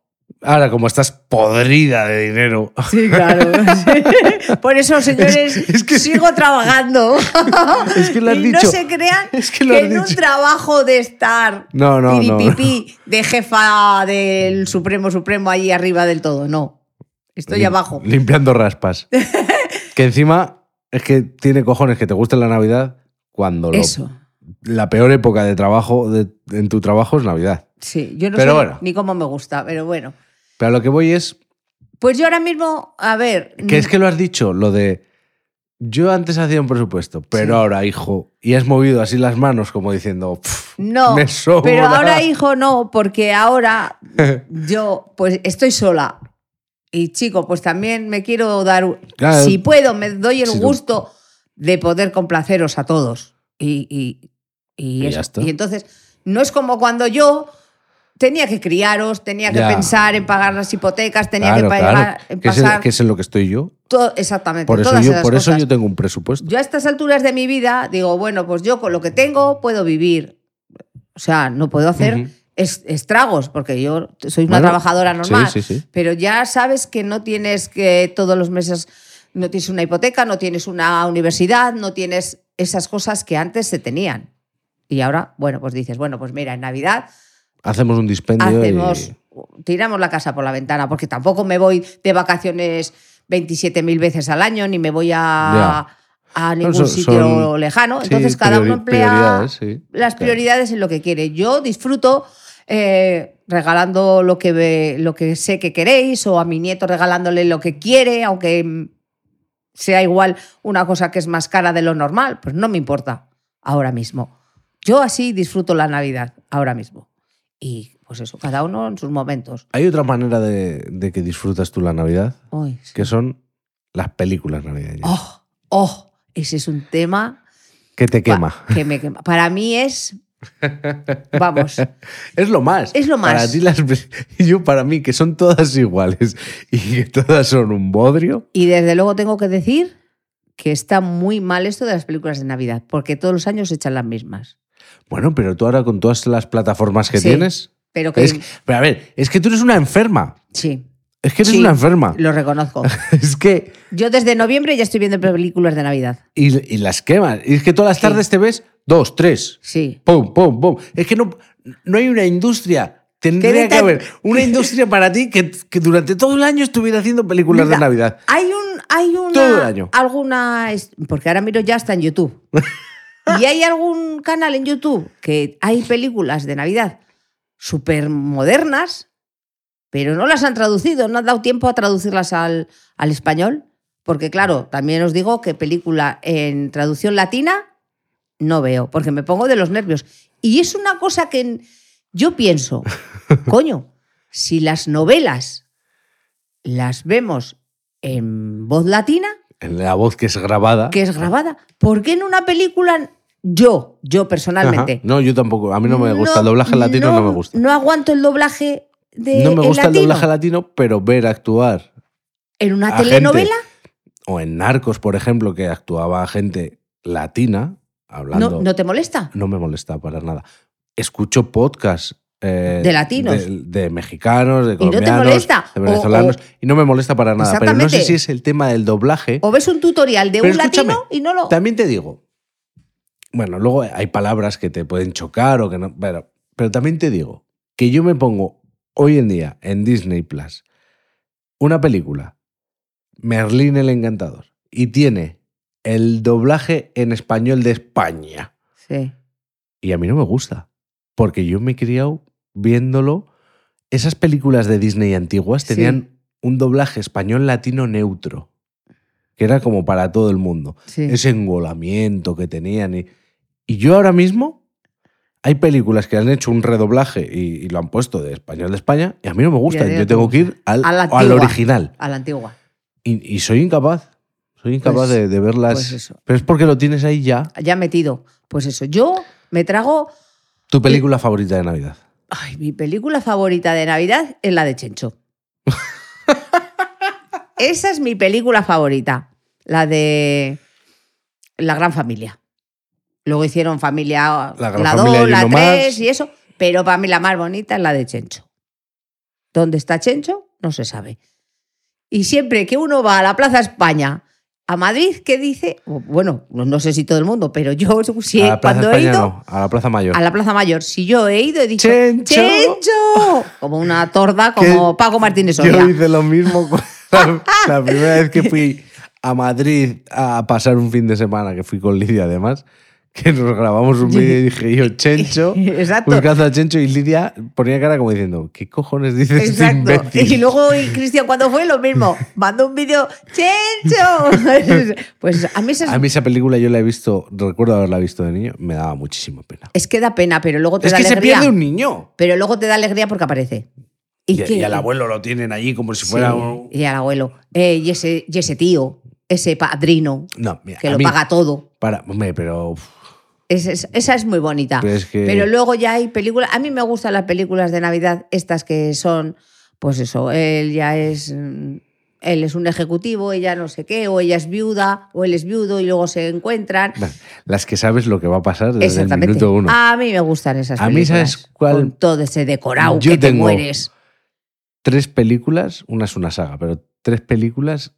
Speaker 1: Ahora, como estás podrida de dinero. [LAUGHS]
Speaker 2: Sí, claro. Por eso, señores,
Speaker 1: Es- es que-
Speaker 2: sigo
Speaker 1: [LAUGHS]
Speaker 2: trabajando.
Speaker 1: Es que lo has
Speaker 2: y
Speaker 1: dicho.
Speaker 2: no se crean
Speaker 1: Es que
Speaker 2: que,
Speaker 1: lo has
Speaker 2: en un
Speaker 1: dicho.
Speaker 2: trabajo de estar
Speaker 1: No, no, no.
Speaker 2: piripipí de jefa del Supremo Supremo allí arriba del todo. No. Estoy
Speaker 1: Lim-
Speaker 2: abajo.
Speaker 1: Limpiando
Speaker 2: [LAUGHS]
Speaker 1: raspas. que encima es que tiene cojones que te guste la Navidad cuando lo-
Speaker 2: Eso.
Speaker 1: la peor época de trabajo de- en tu trabajo es Navidad.
Speaker 2: Sí, yo no
Speaker 1: Pero
Speaker 2: sé
Speaker 1: bueno.
Speaker 2: ni cómo me gusta, pero bueno.
Speaker 1: Pero a lo que voy es
Speaker 2: Pues yo ahora mismo, a ver.
Speaker 1: que es que lo has dicho, lo de yo antes hacía un presupuesto, pero
Speaker 2: Sí.
Speaker 1: ahora, hijo, y has movido así las manos como diciendo, "Pf,
Speaker 2: No,
Speaker 1: me sobra".
Speaker 2: pero
Speaker 1: [LAUGHS]
Speaker 2: ahora, hijo, no, porque ahora yo pues estoy sola. Y chico, pues también me quiero dar, un-
Speaker 1: Claro.
Speaker 2: si puedo, me doy el
Speaker 1: Si tú-
Speaker 2: gusto de poder complaceros a todos. Y, y, y
Speaker 1: Y ya
Speaker 2: eso.
Speaker 1: está.
Speaker 2: Y entonces, no es como cuando yo tenía que criaros, tenía que
Speaker 1: Ya.
Speaker 2: pensar en pagar las hipotecas, tenía
Speaker 1: Claro,
Speaker 2: que pagar,
Speaker 1: claro.
Speaker 2: en
Speaker 1: Que es, en,
Speaker 2: pasar
Speaker 1: que es en lo que estoy yo.
Speaker 2: todo, exactamente,
Speaker 1: Por eso,
Speaker 2: todas
Speaker 1: yo,
Speaker 2: esas
Speaker 1: por eso
Speaker 2: cosas.
Speaker 1: yo tengo un presupuesto.
Speaker 2: Yo a estas alturas de mi vida digo, bueno, pues yo con lo que tengo puedo vivir. O sea, no puedo hacer
Speaker 1: Ujú.
Speaker 2: es- estragos, porque yo soy una
Speaker 1: Bueno,
Speaker 2: trabajadora normal.
Speaker 1: sí, sí, sí.
Speaker 2: Pero ya sabes que no tienes que todos los meses, no tienes una hipoteca, no tienes una universidad, no tienes esas cosas que antes se tenían. Y ahora, bueno, pues dices, bueno, pues mira, en Navidad
Speaker 1: Hacemos un dispendio. y-
Speaker 2: hacemos, tiramos la casa por la ventana, porque tampoco me voy de vacaciones 27.000 veces al año, ni me voy a, a ningún
Speaker 1: son-
Speaker 2: sitio
Speaker 1: son-
Speaker 2: lejano.
Speaker 1: sí,
Speaker 2: Entonces cada uno
Speaker 1: priori-
Speaker 2: emplea
Speaker 1: prioridades, sí.
Speaker 2: las
Speaker 1: Claro.
Speaker 2: prioridades en lo que quiere. Yo disfruto eh, regalando lo que, ve- lo que sé que queréis o a mi nieto regalándole lo que quiere, aunque mm, sea igual una cosa que es más cara de lo normal, pues no me importa ahora mismo. Yo así disfruto la Navidad ahora mismo. Y pues eso, cada uno en sus momentos.
Speaker 1: Hay otra manera de, de que disfrutas tú la Navidad,
Speaker 2: Uy, sí.
Speaker 1: que son las películas navideñas.
Speaker 2: Oh, oh, ese es un tema
Speaker 1: que te
Speaker 2: pa-
Speaker 1: quema.
Speaker 2: que me quema. Para mí
Speaker 1: [LAUGHS]
Speaker 2: es, vamos,
Speaker 1: Es lo más.
Speaker 2: Es lo más.
Speaker 1: Para ti las pe- [LAUGHS] y yo para mí, que son todas iguales [LAUGHS] y que todas son un bodrio.
Speaker 2: Y desde luego tengo que decir que está muy mal esto de las películas de Navidad, porque todos los años se echan las mismas.
Speaker 1: Bueno, pero tú ahora con todas las plataformas que
Speaker 2: Sí,
Speaker 1: tienes.
Speaker 2: Pero que
Speaker 1: es que- pero a ver, es que tú eres una enferma.
Speaker 2: sí,
Speaker 1: Es que eres
Speaker 2: Sí.
Speaker 1: una enferma.
Speaker 2: lo reconozco.
Speaker 1: [LAUGHS] Es que.
Speaker 2: Yo desde noviembre ya estoy viendo películas de Navidad.
Speaker 1: y, y las queman. Y es que todas las
Speaker 2: Sí.
Speaker 1: tardes te ves dos, tres,
Speaker 2: Sí.
Speaker 1: pum, pum, pum. Es que no, no hay una industria. Tendría
Speaker 2: de
Speaker 1: que
Speaker 2: tan- [LAUGHS]
Speaker 1: haber una industria para ti que, que durante todo el año estuviera haciendo películas de
Speaker 2: Mira,
Speaker 1: Navidad.
Speaker 2: Hay un hay una
Speaker 1: Todo el año.
Speaker 2: alguna es- porque ahora miro ya está en
Speaker 1: [LAUGHS]
Speaker 2: YouTube. y hay algún canal en YouTube que hay películas de Navidad súper modernas, pero no las han traducido, no han dado tiempo a traducirlas al, al español, porque claro, también os digo que película en traducción latina no veo, porque me pongo de los nervios. Y es una cosa que en-
Speaker 1: [LAUGHS]
Speaker 2: yo pienso, coño, si las novelas las vemos en voz latina,
Speaker 1: En la voz que es grabada.
Speaker 2: que es grabada, ¿por qué en una película yo, yo
Speaker 1: Ajá.
Speaker 2: personalmente?
Speaker 1: No, yo tampoco. A mí no me gusta. el doblaje latino no, me gusta.
Speaker 2: No aguanto el doblaje de
Speaker 1: no me
Speaker 2: en
Speaker 1: gusta
Speaker 2: latino.
Speaker 1: el doblaje latino, pero ver actuar.
Speaker 2: en una
Speaker 1: a
Speaker 2: telenovela,
Speaker 1: gente- O en Narcos, por ejemplo, que actuaba gente latina. hablando.
Speaker 2: ¿No, ¿No te molesta?
Speaker 1: no me molesta para nada. Escucho podcasts. eh,
Speaker 2: De latinos.
Speaker 1: De, de mexicanos, de
Speaker 2: no te
Speaker 1: colombianos,
Speaker 2: molesta?
Speaker 1: de
Speaker 2: O-
Speaker 1: venezolanos. y no me molesta para nada. Pero no sé
Speaker 2: Exactamente.
Speaker 1: si es el tema del doblaje.
Speaker 2: O ves un tutorial de
Speaker 1: Pero
Speaker 2: un
Speaker 1: escúchame,
Speaker 2: latino y no lo.
Speaker 1: También te digo, bueno, luego hay palabras que te pueden chocar o que no, pero, pero también te digo que yo me pongo hoy en día en Disney Plus una película, Merlín el Encantador, y tiene el doblaje en español de España.
Speaker 2: Sí.
Speaker 1: Y a mí no me gusta. Porque yo me he criado viéndolo. Esas películas de Disney antiguas
Speaker 2: Sí.
Speaker 1: tenían un doblaje español latino neutro. Que era como para todo el mundo.
Speaker 2: sí.
Speaker 1: Ese engolamiento que tenían. Y, y yo ahora mismo. Hay películas que han hecho un redoblaje y, y lo han puesto de español de España y a mí no me gusta.
Speaker 2: a ti no
Speaker 1: Yo
Speaker 2: te
Speaker 1: tengo que ir al,
Speaker 2: pues, A la
Speaker 1: al
Speaker 2: antigua.
Speaker 1: original.
Speaker 2: A la antigua.
Speaker 1: Y, y soy incapaz. Soy incapaz
Speaker 2: Pues-
Speaker 1: de, de verlas.
Speaker 2: pues eso.
Speaker 1: Pero es porque lo tienes ahí ya.
Speaker 2: Ya metido. Pues eso. Yo me trago.
Speaker 1: Tu película favorita de Navidad.
Speaker 2: Ay, mi película favorita de Navidad es la
Speaker 1: [LAUGHS]
Speaker 2: de Chencho. Esa es mi película favorita. La de La Gran Familia. Luego hicieron familia
Speaker 1: La
Speaker 2: la,
Speaker 1: Gran
Speaker 2: 2,
Speaker 1: Familia y
Speaker 2: la 3
Speaker 1: uno más.
Speaker 2: y eso. Pero para mí la más bonita es la de Chencho. ¿Dónde está Chencho? No se sabe. Y siempre que uno va a la Plaza España, a Madrid, ¿qué dice? Bueno, no no sé si todo el mundo, pero yo [LAUGHS] sí,
Speaker 1: a la Plaza
Speaker 2: cuando he
Speaker 1: España
Speaker 2: ido,
Speaker 1: no, a la Plaza Mayor.
Speaker 2: a la Plaza Mayor. Si yo he ido, he dicho
Speaker 1: ¡Chencho!
Speaker 2: ¡Chencho! Como
Speaker 1: [LAUGHS]
Speaker 2: una torda,
Speaker 1: ¿Qué?
Speaker 2: como Paco Martínez
Speaker 1: Yo
Speaker 2: Soria.
Speaker 1: hice lo mismo
Speaker 2: [LAUGHS]
Speaker 1: cu- la, la primera vez que fui a Madrid a pasar un fin de semana, que fui con Lidia además, que nos grabamos
Speaker 2: [LAUGHS]
Speaker 1: un vídeo y dije yo, Chencho,
Speaker 2: Exacto.
Speaker 1: buscando a Chencho y Lidia ponía cara como diciendo, ¿qué cojones dices este
Speaker 2: Exacto.
Speaker 1: imbécil?
Speaker 2: Y luego y Cristian cuando fue lo mismo. Mandó un vídeo ¡Chencho! [LAUGHS] Pues a mí esas-
Speaker 1: A mí esa película yo la he visto, recuerdo haberla visto de niño, me daba muchísima pena.
Speaker 2: es que da pena, pero luego te
Speaker 1: Es
Speaker 2: da
Speaker 1: que se
Speaker 2: alegría.
Speaker 1: pierde un niño.
Speaker 2: Pero luego te da alegría porque aparece.
Speaker 1: Y,
Speaker 2: que-
Speaker 1: y al abuelo lo tienen allí como si
Speaker 2: Sí,
Speaker 1: fuera un...
Speaker 2: y al abuelo. Eh, y, ese, y ese tío, ese padrino,
Speaker 1: No, mira,
Speaker 2: que
Speaker 1: a
Speaker 2: lo
Speaker 1: mí-
Speaker 2: paga todo.
Speaker 1: Para, hombre, pero... uf,
Speaker 2: Esa es, esa es muy bonita.
Speaker 1: Pero es que-
Speaker 2: Ah, Pero luego ya hay películas. A mí me gustan las películas de Navidad, estas que son, pues eso, él ya es. mm, Él es un ejecutivo, ella no sé qué, o ella es viuda, o él es viudo y luego se encuentran.
Speaker 1: Las que sabes lo que va a pasar desde el minuto uno.
Speaker 2: A mí me gustan esas
Speaker 1: A mí,
Speaker 2: películas.
Speaker 1: ¿sabes cuál?
Speaker 2: Con todo ese decorado
Speaker 1: Yo
Speaker 2: que te
Speaker 1: tengo-
Speaker 2: mueres.
Speaker 1: Tres películas, una es una saga, pero tres películas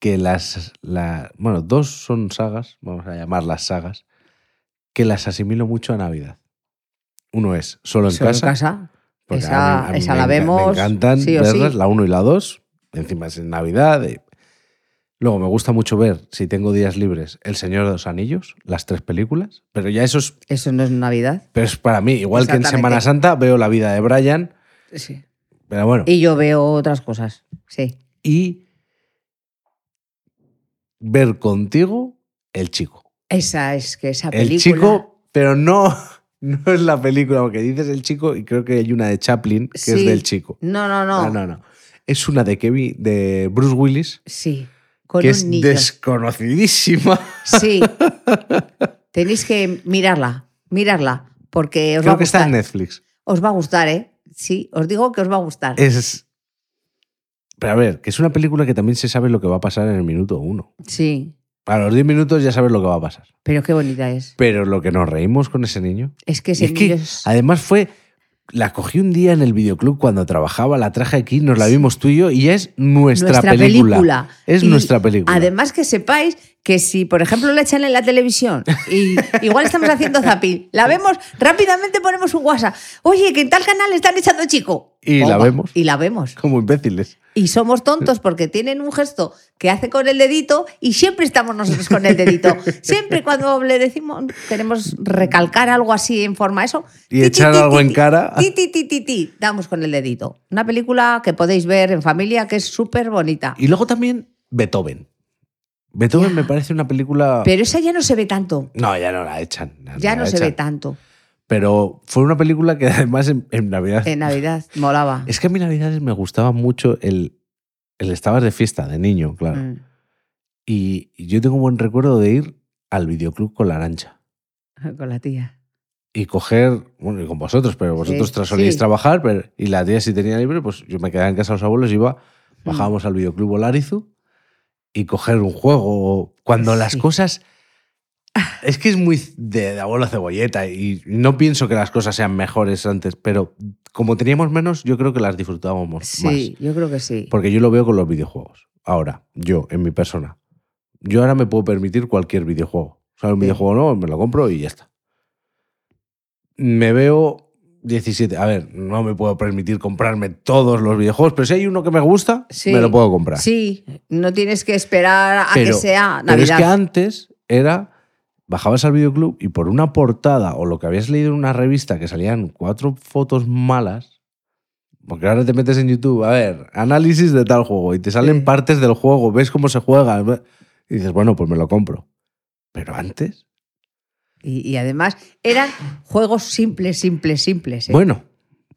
Speaker 1: que las, la- bueno, dos son sagas, vamos a llamarlas sagas, que las asimilo mucho a Navidad. Uno es Solo en
Speaker 2: Solo en
Speaker 1: casa.
Speaker 2: casa.
Speaker 1: porque a
Speaker 2: esa- esa
Speaker 1: me
Speaker 2: la
Speaker 1: enca-
Speaker 2: vemos
Speaker 1: Me encantan
Speaker 2: sí o sí.
Speaker 1: verlas, la uno y la dos. Encima es en Navidad. y- Luego me gusta mucho ver, si tengo días libres, El Señor de los Anillos, las tres películas. Pero ya eso es,
Speaker 2: Eso no es Navidad.
Speaker 1: pero es para mí. Igual que en
Speaker 2: Exactamente.
Speaker 1: Semana Santa veo La vida de Brian.
Speaker 2: Sí.
Speaker 1: Pero bueno.
Speaker 2: Y yo veo otras cosas. Sí.
Speaker 1: y ver contigo el chico.
Speaker 2: Esa es que esa película.
Speaker 1: El chico, pero no, [LAUGHS] no es la película, porque dices el chico y creo que hay una de Chaplin que es
Speaker 2: Sí.
Speaker 1: del chico.
Speaker 2: No, no, no.
Speaker 1: Ah, No, no, no. Es una de Kevin, de Bruce Willis,
Speaker 2: Sí. Con
Speaker 1: que
Speaker 2: un
Speaker 1: es
Speaker 2: niño. [LAUGHS]
Speaker 1: desconocidísima.
Speaker 2: Sí.
Speaker 1: [LAUGHS]
Speaker 2: Tenéis que mirarla, mirarla, porque os va a
Speaker 1: Creo que está
Speaker 2: gustar.
Speaker 1: en Netflix.
Speaker 2: Os va a gustar, ¿eh? Sí, os digo que os va a gustar.
Speaker 1: Es. Pero a ver, que es una película que también se sabe lo que va a pasar en el minuto uno.
Speaker 2: Sí,
Speaker 1: A los 10 minutos ya sabes lo que va a pasar.
Speaker 2: pero qué bonita es.
Speaker 1: Pero lo que nos reímos con ese niño.
Speaker 2: Es que
Speaker 1: Y
Speaker 2: ese
Speaker 1: es que,
Speaker 2: niño es-
Speaker 1: además fue. La cogí un día en el videoclub cuando trabajaba, la traje aquí, nos la vimos tú y yo, y es nuestra, película. Es
Speaker 2: Y
Speaker 1: nuestra película.
Speaker 2: Además que sepáis que si, por ejemplo, la echan en la televisión y igual estamos haciendo zapping, la vemos, rápidamente ponemos un WhatsApp. Oye, que en tal canal están echando chico.
Speaker 1: Y la
Speaker 2: Opa,
Speaker 1: vemos.
Speaker 2: Y la vemos.
Speaker 1: [LAUGHS] Como imbéciles.
Speaker 2: Y somos tontos
Speaker 1: Mm.
Speaker 2: porque tienen un gesto que hace con el dedito y siempre estamos nosotros con el
Speaker 1: [LAUGHS]
Speaker 2: dedito. Siempre cuando le decimos, queremos recalcar algo así en forma eso.
Speaker 1: Y echar algo en cara.
Speaker 2: Ti, ti, ti, ti, ti, damos con el dedito. Una película que podéis ver en familia que es súper bonita.
Speaker 1: Y luego también Beethoven. Beethoven me parece una película.
Speaker 2: Pero esa ya no se ve tanto.
Speaker 1: No, ya no la echan.
Speaker 2: Ya
Speaker 1: la
Speaker 2: no se
Speaker 1: echan.
Speaker 2: ve tanto
Speaker 1: Pero fue una película que [LAUGHS] además en, en Navidad.
Speaker 2: en Navidad. Molaba.
Speaker 1: Es que a mí Navidades me gustaba mucho el. El estabas de fiesta, de niño, claro.
Speaker 2: Mm. [LAUGHS]
Speaker 1: Y, y yo tengo un buen recuerdo de ir al videoclub con la arancha.
Speaker 2: Con la tía.
Speaker 1: y coger, bueno, y con vosotros, pero vosotros
Speaker 2: Sí,
Speaker 1: tras solíais
Speaker 2: sí.
Speaker 1: trabajar, pero, y la tía si tenía libre, pues yo me quedaba en casa de los abuelos, iba,
Speaker 2: Mm.
Speaker 1: bajábamos al videoclub Olarizu y coger un juego. o Cuando las
Speaker 2: Sí.
Speaker 1: cosas Es que es muy de, de abuelo cebolleta y no pienso que las cosas sean mejores antes, pero como teníamos menos, yo creo que las disfrutábamos mo- más.
Speaker 2: Sí, yo creo que sí.
Speaker 1: Porque yo lo veo con los videojuegos. Ahora, yo, en mi persona. Yo ahora me puedo permitir cualquier videojuego. O sea, un
Speaker 2: Sí.
Speaker 1: videojuego no, me lo compro y ya está. Me veo 17. A ver, no me puedo permitir comprarme todos los videojuegos, pero si hay uno que me gusta,
Speaker 2: Sí.
Speaker 1: me lo puedo comprar.
Speaker 2: Sí, no tienes que esperar a
Speaker 1: Pero-
Speaker 2: que sea
Speaker 1: Pero es que
Speaker 2: Navidad.
Speaker 1: antes era. Bajabas al videoclub y por una portada o lo que habías leído en una revista que salían cuatro fotos malas. Porque ahora te metes en YouTube, a ver, análisis de tal juego y te salen
Speaker 2: Sí.
Speaker 1: partes del juego, ves cómo se juega. Y dices, bueno, pues me lo compro. Pero antes,
Speaker 2: Y, y además eran juegos simples, simples, simples. ¿eh?
Speaker 1: bueno,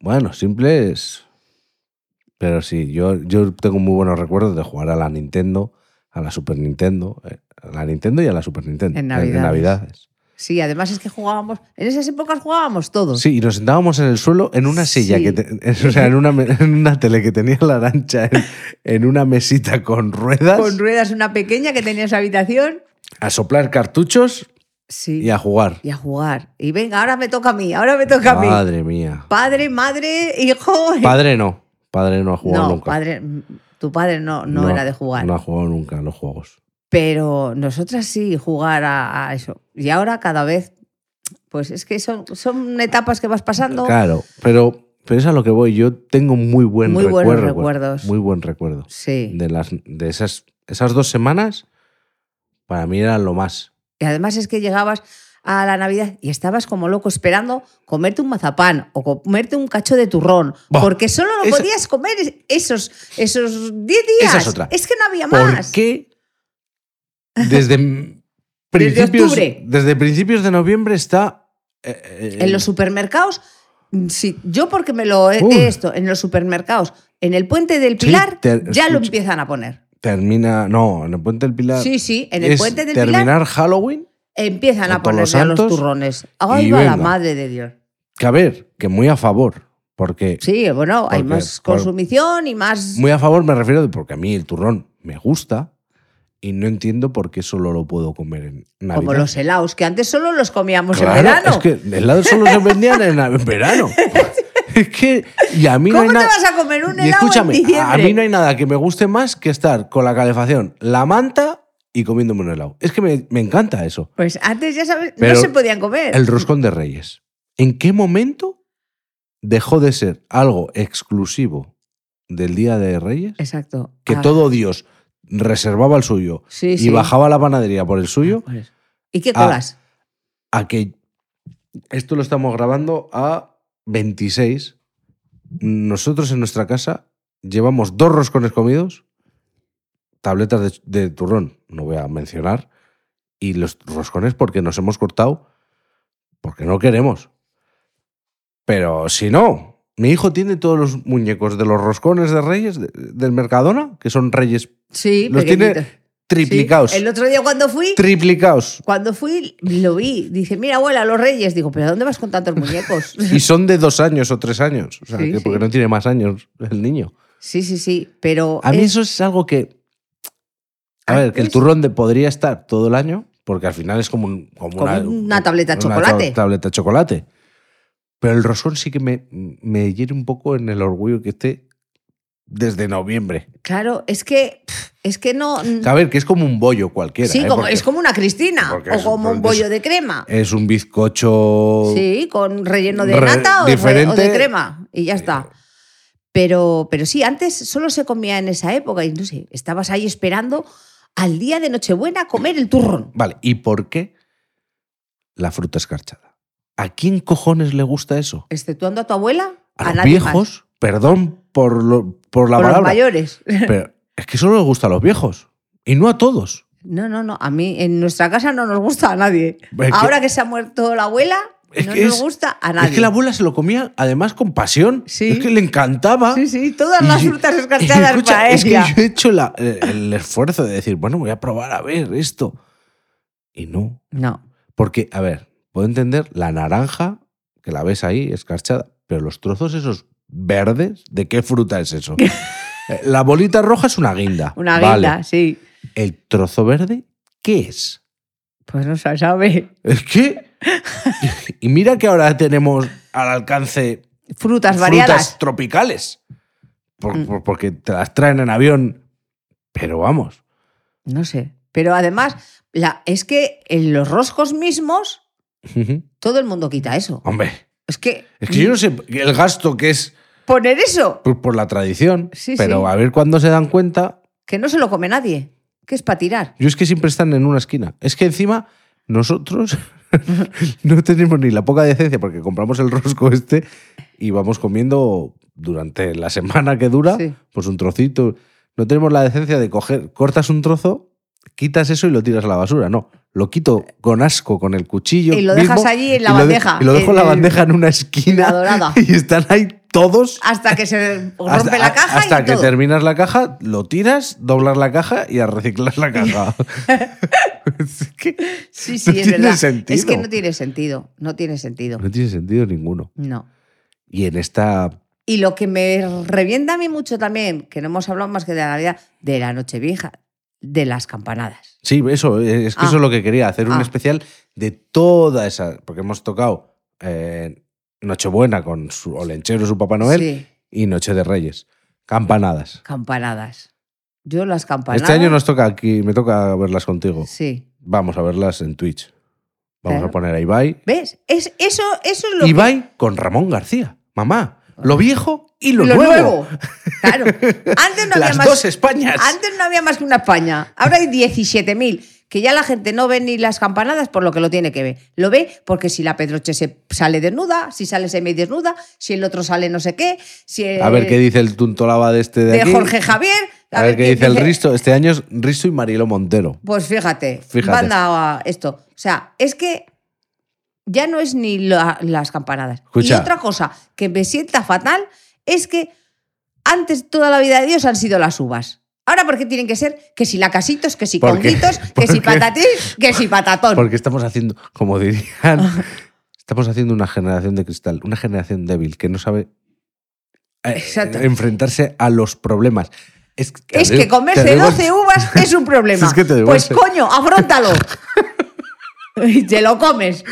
Speaker 1: bueno, simple es. Pero sí, yo, yo tengo muy buenos recuerdos de jugar a la Nintendo, a la Super Nintendo, eh, a la Nintendo y a la Super Nintendo.
Speaker 2: En Navidades.
Speaker 1: Navidades.
Speaker 2: Sí, además es que jugábamos, en esas épocas jugábamos todos.
Speaker 1: Sí, y nos sentábamos en el suelo en una silla,
Speaker 2: Sí.
Speaker 1: que te- [LAUGHS] o sea, en una, me- en una tele que tenía la arancha, en, en una mesita con ruedas,
Speaker 2: Con ruedas una pequeña que tenía en su habitación.
Speaker 1: a soplar cartuchos
Speaker 2: Sí.
Speaker 1: y a jugar.
Speaker 2: y a jugar. Y venga, ahora me toca a mí, ahora me toca a mí.
Speaker 1: Madre mía.
Speaker 2: Padre, madre, hijo.
Speaker 1: Padre no, padre no ha jugado
Speaker 2: no,
Speaker 1: nunca.
Speaker 2: padre, tu padre no, no, era de jugar.
Speaker 1: No ha jugado nunca a los juegos.
Speaker 2: Pero nosotras sí jugar a, a eso. Y ahora cada vez, pues es que son, son etapas que vas pasando.
Speaker 1: Claro, pero, pero es a lo que voy. Yo tengo muy buen
Speaker 2: Muy buenos
Speaker 1: recuerdo.
Speaker 2: recuerdos.
Speaker 1: Muy buen recuerdo.
Speaker 2: Sí.
Speaker 1: De, las, de esas, esas dos semanas, para mí eran lo más.
Speaker 2: Y además es que llegabas a la Navidad y estabas como loco esperando comerte un mazapán o comerte un cacho de turrón.
Speaker 1: Buah,
Speaker 2: porque solo lo
Speaker 1: esa-
Speaker 2: podías comer es- esos, esos 10 días.
Speaker 1: Esa es otra.
Speaker 2: que no había
Speaker 1: ¿Por
Speaker 2: más.
Speaker 1: qué
Speaker 2: [LAUGHS]
Speaker 1: desde m- principios,
Speaker 2: octubre.
Speaker 1: desde principios de noviembre está eh, eh,
Speaker 2: En los supermercados, mm, sí, yo porque me lo he
Speaker 1: Uy.
Speaker 2: he esto, en los supermercados, en el puente del
Speaker 1: Sí,
Speaker 2: Pilar,
Speaker 1: te-
Speaker 2: ya lo
Speaker 1: escucha.
Speaker 2: empiezan a poner.
Speaker 1: termina no en el puente del Pilar
Speaker 2: Sí, sí, en el
Speaker 1: es
Speaker 2: puente del
Speaker 1: terminar
Speaker 2: Pilar
Speaker 1: Halloween
Speaker 2: empiezan
Speaker 1: con
Speaker 2: a poner
Speaker 1: los
Speaker 2: ya los
Speaker 1: santos
Speaker 2: turrones. Ay,
Speaker 1: y
Speaker 2: va la
Speaker 1: venga.
Speaker 2: madre de Dios.
Speaker 1: que a ver que muy a favor porque
Speaker 2: Sí, bueno, hay
Speaker 1: Porque,
Speaker 2: más
Speaker 1: por-
Speaker 2: consumición y más.
Speaker 1: muy a favor me refiero de porque a mí el turrón me gusta y no entiendo por qué solo lo puedo comer en Navidad
Speaker 2: Como los helados, que antes solo los comíamos
Speaker 1: Claro,
Speaker 2: en verano.
Speaker 1: es que helados solo se vendían en en
Speaker 2: [LAUGHS]
Speaker 1: verano es que y a mí no
Speaker 2: ¿Cómo
Speaker 1: hay
Speaker 2: te
Speaker 1: nada-
Speaker 2: vas a comer un
Speaker 1: Y
Speaker 2: helado en
Speaker 1: escúchame,
Speaker 2: diciembre?
Speaker 1: a mí no hay nada que me guste más que estar con la calefacción, la manta y comiéndome un helado. Es que me, me encanta eso.
Speaker 2: Pues antes, ya sabes, no
Speaker 1: Pero
Speaker 2: se podían comer.
Speaker 1: El roscón de Reyes. ¿En qué momento dejó de ser algo exclusivo del Día de Reyes?
Speaker 2: Exacto.
Speaker 1: Que
Speaker 2: Ah,
Speaker 1: todo Dios reservaba el suyo
Speaker 2: sí,
Speaker 1: y
Speaker 2: sí.
Speaker 1: bajaba a la panadería por el suyo,
Speaker 2: Pues, ¿Y qué
Speaker 1: Ah.
Speaker 2: colas?
Speaker 1: a que esto lo estamos grabando a 26. Nosotros en nuestra casa llevamos dos roscones comidos, tabletas de, de turrón, no voy a mencionar, y los roscones porque nos hemos cortado, porque no queremos. Pero si no, mi hijo tiene todos los muñecos de los roscones de Reyes de- del Mercadona, que son Reyes
Speaker 2: Sí,
Speaker 1: los tiene
Speaker 2: pequeñitos. Sí.
Speaker 1: triplicados.
Speaker 2: El otro día cuando fui,
Speaker 1: Triplicados.
Speaker 2: Cuando fui, lo vi. Dice, mira, abuela, los reyes. Digo, ¿pero a dónde vas con tantos muñecos?
Speaker 1: [LAUGHS] Y son de dos años o tres años. O sea,
Speaker 2: Sí,
Speaker 1: que
Speaker 2: sí.
Speaker 1: porque no tiene más años el niño.
Speaker 2: sí, sí, sí. Pero.
Speaker 1: A mí
Speaker 2: es-
Speaker 1: eso
Speaker 2: Ah,
Speaker 1: es algo que. A ver, que el
Speaker 2: Antes-
Speaker 1: turrón de podría estar todo el año, porque al final es como, un- como,
Speaker 2: Como una tableta de chocolate.
Speaker 1: ta- tableta de chocolate. Pero el rosón sí que me, me hiere un poco en el orgullo que esté desde noviembre.
Speaker 2: Claro, es que. pff, Es que no.
Speaker 1: A ver, que es como un bollo cualquiera.
Speaker 2: Mm. sí,
Speaker 1: ¿eh?
Speaker 2: como-
Speaker 1: Porque
Speaker 2: es como una Cristina.
Speaker 1: porque
Speaker 2: O
Speaker 1: es-
Speaker 2: como un
Speaker 1: porque es-
Speaker 2: bollo de crema.
Speaker 1: es un bizcocho.
Speaker 2: Sí, con relleno de
Speaker 1: Re-
Speaker 2: nata o de, re- o de
Speaker 1: diferente. Eh,
Speaker 2: crema. Y ya está. Pero, pero sí, antes solo se comía en esa época. Y no sé, estabas ahí esperando al día de Nochebuena a comer el turrón.
Speaker 1: Vale, ¿y por qué la fruta escarchada? ¿A quién cojones le gusta eso?
Speaker 2: Exceptuando a tu abuela,
Speaker 1: a,
Speaker 2: a,
Speaker 1: los
Speaker 2: nadie
Speaker 1: viejos,
Speaker 2: más.
Speaker 1: perdón por, lo- por la
Speaker 2: Por los
Speaker 1: palabra,
Speaker 2: mayores. [LAUGHS]
Speaker 1: pero es que solo les gusta a los viejos y no a todos.
Speaker 2: No, no, no. A mí en nuestra casa no nos gusta a nadie.
Speaker 1: Es que-
Speaker 2: Ahora que se ha muerto la abuela,
Speaker 1: Es
Speaker 2: no
Speaker 1: que
Speaker 2: nos
Speaker 1: es-
Speaker 2: gusta a nadie.
Speaker 1: Es que la abuela se lo comía además con pasión,
Speaker 2: Sí.
Speaker 1: es que le encantaba.
Speaker 2: Sí, sí, todas
Speaker 1: Y
Speaker 2: las
Speaker 1: yo-
Speaker 2: frutas
Speaker 1: [LAUGHS] y
Speaker 2: escarchadas
Speaker 1: escucha,
Speaker 2: para
Speaker 1: es que
Speaker 2: ella.
Speaker 1: yo he hecho la- el, el esfuerzo de decir, bueno, voy a probar a ver esto. Y no,
Speaker 2: No.
Speaker 1: porque, a ver, puedo entender la naranja, que la ves ahí escarchada, pero los trozos esos verdes, ¿de qué fruta es
Speaker 2: [LAUGHS]
Speaker 1: eso? Eh, la bolita roja es una guinda.
Speaker 2: Una
Speaker 1: vale.
Speaker 2: guinda, sí.
Speaker 1: ¿El trozo verde qué es?
Speaker 2: Pues no se sabe.
Speaker 1: Es que. y mira que ahora tenemos al alcance
Speaker 2: Frutas
Speaker 1: frutas
Speaker 2: variadas.
Speaker 1: tropicales. Por-
Speaker 2: Mm.
Speaker 1: por- porque te las traen en avión. Pero vamos.
Speaker 2: No sé. Pero además, la, es que en los roscos mismos todo el mundo quita eso.
Speaker 1: Hombre.
Speaker 2: Es que,
Speaker 1: Es que yo no sé el gasto que es
Speaker 2: poner eso,
Speaker 1: por, por la tradición.
Speaker 2: Sí,
Speaker 1: pero
Speaker 2: sí.
Speaker 1: a ver cuándo se dan cuenta.
Speaker 2: que no se lo come nadie, que es para tirar.
Speaker 1: Yo es que siempre están en una esquina. Es que encima nosotros [LAUGHS] no tenemos ni la poca decencia porque compramos el rosco este y vamos comiendo durante la semana que dura,
Speaker 2: Sí.
Speaker 1: pues un trocito. No tenemos la decencia de coger, cortas un trozo, quitas eso y lo tiras a la basura. No, lo quito con asco, con el cuchillo.
Speaker 2: Y lo
Speaker 1: mismo,
Speaker 2: dejas allí en la
Speaker 1: y lo de-
Speaker 2: bandeja,
Speaker 1: y lo dejo en la
Speaker 2: en el-
Speaker 1: bandeja en una esquina.
Speaker 2: la dorada.
Speaker 1: [LAUGHS] Y están ahí todos.
Speaker 2: Hasta que se rompe
Speaker 1: [LAUGHS] Hasta-
Speaker 2: la caja
Speaker 1: hasta
Speaker 2: y
Speaker 1: que
Speaker 2: todo.
Speaker 1: terminas la caja, lo tiras, doblas la caja y a reciclar la
Speaker 2: [LAUGHS]
Speaker 1: caja. Es que
Speaker 2: [LAUGHS]
Speaker 1: [LAUGHS]
Speaker 2: Sí, sí,
Speaker 1: no
Speaker 2: es
Speaker 1: tiene
Speaker 2: verdad.
Speaker 1: sentido.
Speaker 2: Es que no tiene sentido. No tiene sentido.
Speaker 1: no tiene sentido ninguno.
Speaker 2: No.
Speaker 1: Y en esta.
Speaker 2: Y lo que me revienta a mí mucho también, que no hemos hablado más que de la Navidad, de la Nochevieja, de las campanadas.
Speaker 1: Sí, eso, es que
Speaker 2: Ah.
Speaker 1: eso es lo que quería, hacer un
Speaker 2: Ah.
Speaker 1: especial de toda esa. Porque hemos tocado eh, Nochebuena con su Olenchero, su Papá Noel,
Speaker 2: Sí,
Speaker 1: y Noche de Reyes. Campanadas.
Speaker 2: campanadas. Yo las campanadas.
Speaker 1: Este año nos toca aquí, me toca verlas contigo.
Speaker 2: Sí.
Speaker 1: Vamos a verlas en Twitch. Vamos
Speaker 2: Claro.
Speaker 1: a poner a Ibai
Speaker 2: ¿Ves? Es, eso, eso es lo que- Ah.
Speaker 1: Ibai con Ramón García. Mamá, lo viejo y lo, nuevo. [LAUGHS]
Speaker 2: Claro. Antes no, había
Speaker 1: Las
Speaker 2: más,
Speaker 1: dos Españas.
Speaker 2: antes no había más que una España. Ahora hay 17.000. Que ya la gente no ve ni las campanadas por lo que lo tiene que ver. Lo ve porque si la Pedroche se sale desnuda, si sale semidesnuda, si el otro sale no sé qué, si el-
Speaker 1: a ver qué dice el tuntolaba de este de,
Speaker 2: de
Speaker 1: aquí.
Speaker 2: Jorge Javier.
Speaker 1: A, ver qué
Speaker 2: quién
Speaker 1: dice el Risto. Este año es Risto y Marilo Montero.
Speaker 2: Pues fíjate,
Speaker 1: Fíjate.
Speaker 2: banda a esto. O sea, es que ya no es ni la- las campanadas.
Speaker 1: Escucha.
Speaker 2: Y otra cosa que me sienta fatal es que antes toda la vida de Dios han sido las uvas. Ahora porque tienen que ser que si lacasitos, que si
Speaker 1: ¿Por qué? [LAUGHS]
Speaker 2: conguitos, que
Speaker 1: ¿Por
Speaker 2: si
Speaker 1: qué?
Speaker 2: patatín, que si patatón.
Speaker 1: Porque estamos haciendo, como
Speaker 2: [LAUGHS]
Speaker 1: dirían, estamos haciendo una generación de cristal, una generación débil que no sabe eh,
Speaker 2: Exacto.
Speaker 1: enfrentarse a los problemas. Es que, te
Speaker 2: es
Speaker 1: digo-
Speaker 2: que
Speaker 1: te
Speaker 2: comerse
Speaker 1: digo- [LAUGHS]
Speaker 2: 12 uvas es un problema.
Speaker 1: Es que te digo-
Speaker 2: pues
Speaker 1: [LAUGHS]
Speaker 2: coño, afrontalo. [LAUGHS] y te lo comes.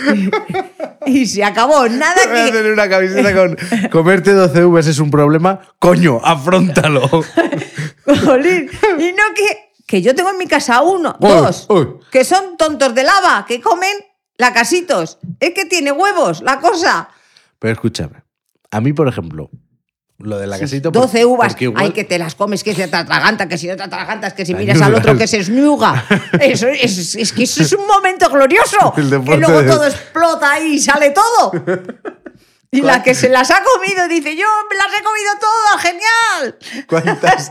Speaker 2: [LAUGHS] y se acabó. Nada
Speaker 1: Voy a
Speaker 2: que,
Speaker 1: hacer una camiseta con [LAUGHS] comerte 12 uvas es un problema. Coño,
Speaker 2: [LAUGHS]
Speaker 1: afrontalo.
Speaker 2: Jolín. Y no que, que yo tengo en mi casa uno,
Speaker 1: Uy,
Speaker 2: dos,
Speaker 1: uy.
Speaker 2: que son tontos de lava, que comen lacasitos. Es que tiene huevos la cosa.
Speaker 1: Pero escúchame, a mí, por ejemplo, lo de la casita... por-
Speaker 2: 12 uvas,
Speaker 1: pues, porque igual-
Speaker 2: hay que te las comes, que se te atragantan, que si no te atragantas, que si
Speaker 1: Las
Speaker 2: miras al otro
Speaker 1: ayudas.
Speaker 2: que
Speaker 1: [LAUGHS]
Speaker 2: se esnuga. Eso, es, es que eso es un momento glorioso.
Speaker 1: El
Speaker 2: que
Speaker 1: deporte
Speaker 2: luego
Speaker 1: de-
Speaker 2: todo explota ahí y
Speaker 1: [LAUGHS]
Speaker 2: sale todo. Y la que se las ha comido dice, yo me las he comido todas, genial.
Speaker 1: ¿Cuántas,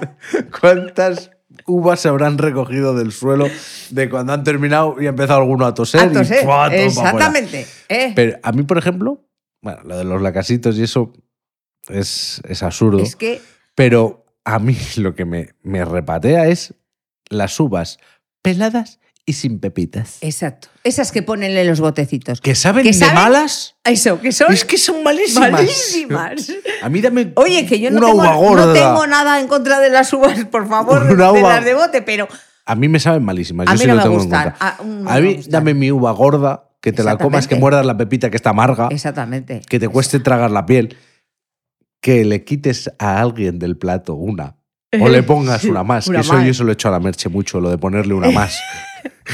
Speaker 1: cuántas uvas se habrán recogido del suelo de cuando han terminado y ha empezado alguno a toser?
Speaker 2: A toser.
Speaker 1: Y, ¡fua! todo para afuera?
Speaker 2: ¿eh? Exactamente. ¿eh?
Speaker 1: Pero a mí, por ejemplo, bueno, lo de los lacasitos y eso es, es absurdo.
Speaker 2: Es que
Speaker 1: Pero a mí [LAUGHS] lo que me, me repatea es las uvas peladas y sin pepitas.
Speaker 2: Exacto. Esas que ponen en los botecitos.
Speaker 1: ¿Que saben
Speaker 2: ¿Que
Speaker 1: de
Speaker 2: saben?
Speaker 1: malas?
Speaker 2: Eso, que son
Speaker 1: Es que son malísimas.
Speaker 2: malísimas.
Speaker 1: A mí dame
Speaker 2: Oye, que yo no
Speaker 1: una
Speaker 2: tengo,
Speaker 1: uva
Speaker 2: no
Speaker 1: gorda.
Speaker 2: tengo nada en contra de las uvas, por favor,
Speaker 1: Una
Speaker 2: de
Speaker 1: uva-
Speaker 2: las de bote, pero
Speaker 1: A mí me saben malísimas. yo
Speaker 2: A mí
Speaker 1: sí
Speaker 2: no
Speaker 1: lo
Speaker 2: me
Speaker 1: tengo
Speaker 2: gustan,
Speaker 1: en cuenta.
Speaker 2: a- mm, no
Speaker 1: A
Speaker 2: me
Speaker 1: mí,
Speaker 2: gustan.
Speaker 1: dame mi uva gorda, que te la comas, que
Speaker 2: Exactamente.
Speaker 1: muerdas la pepita que está amarga,
Speaker 2: exactamente.
Speaker 1: que te cueste tragar la piel, que le quites a alguien del plato una. O
Speaker 2: [LAUGHS]
Speaker 1: le pongas una más.
Speaker 2: Una
Speaker 1: que eso
Speaker 2: más.
Speaker 1: yo se lo he hecho a la merche mucho, lo de ponerle una
Speaker 2: [LAUGHS]
Speaker 1: más. [LAUGHS]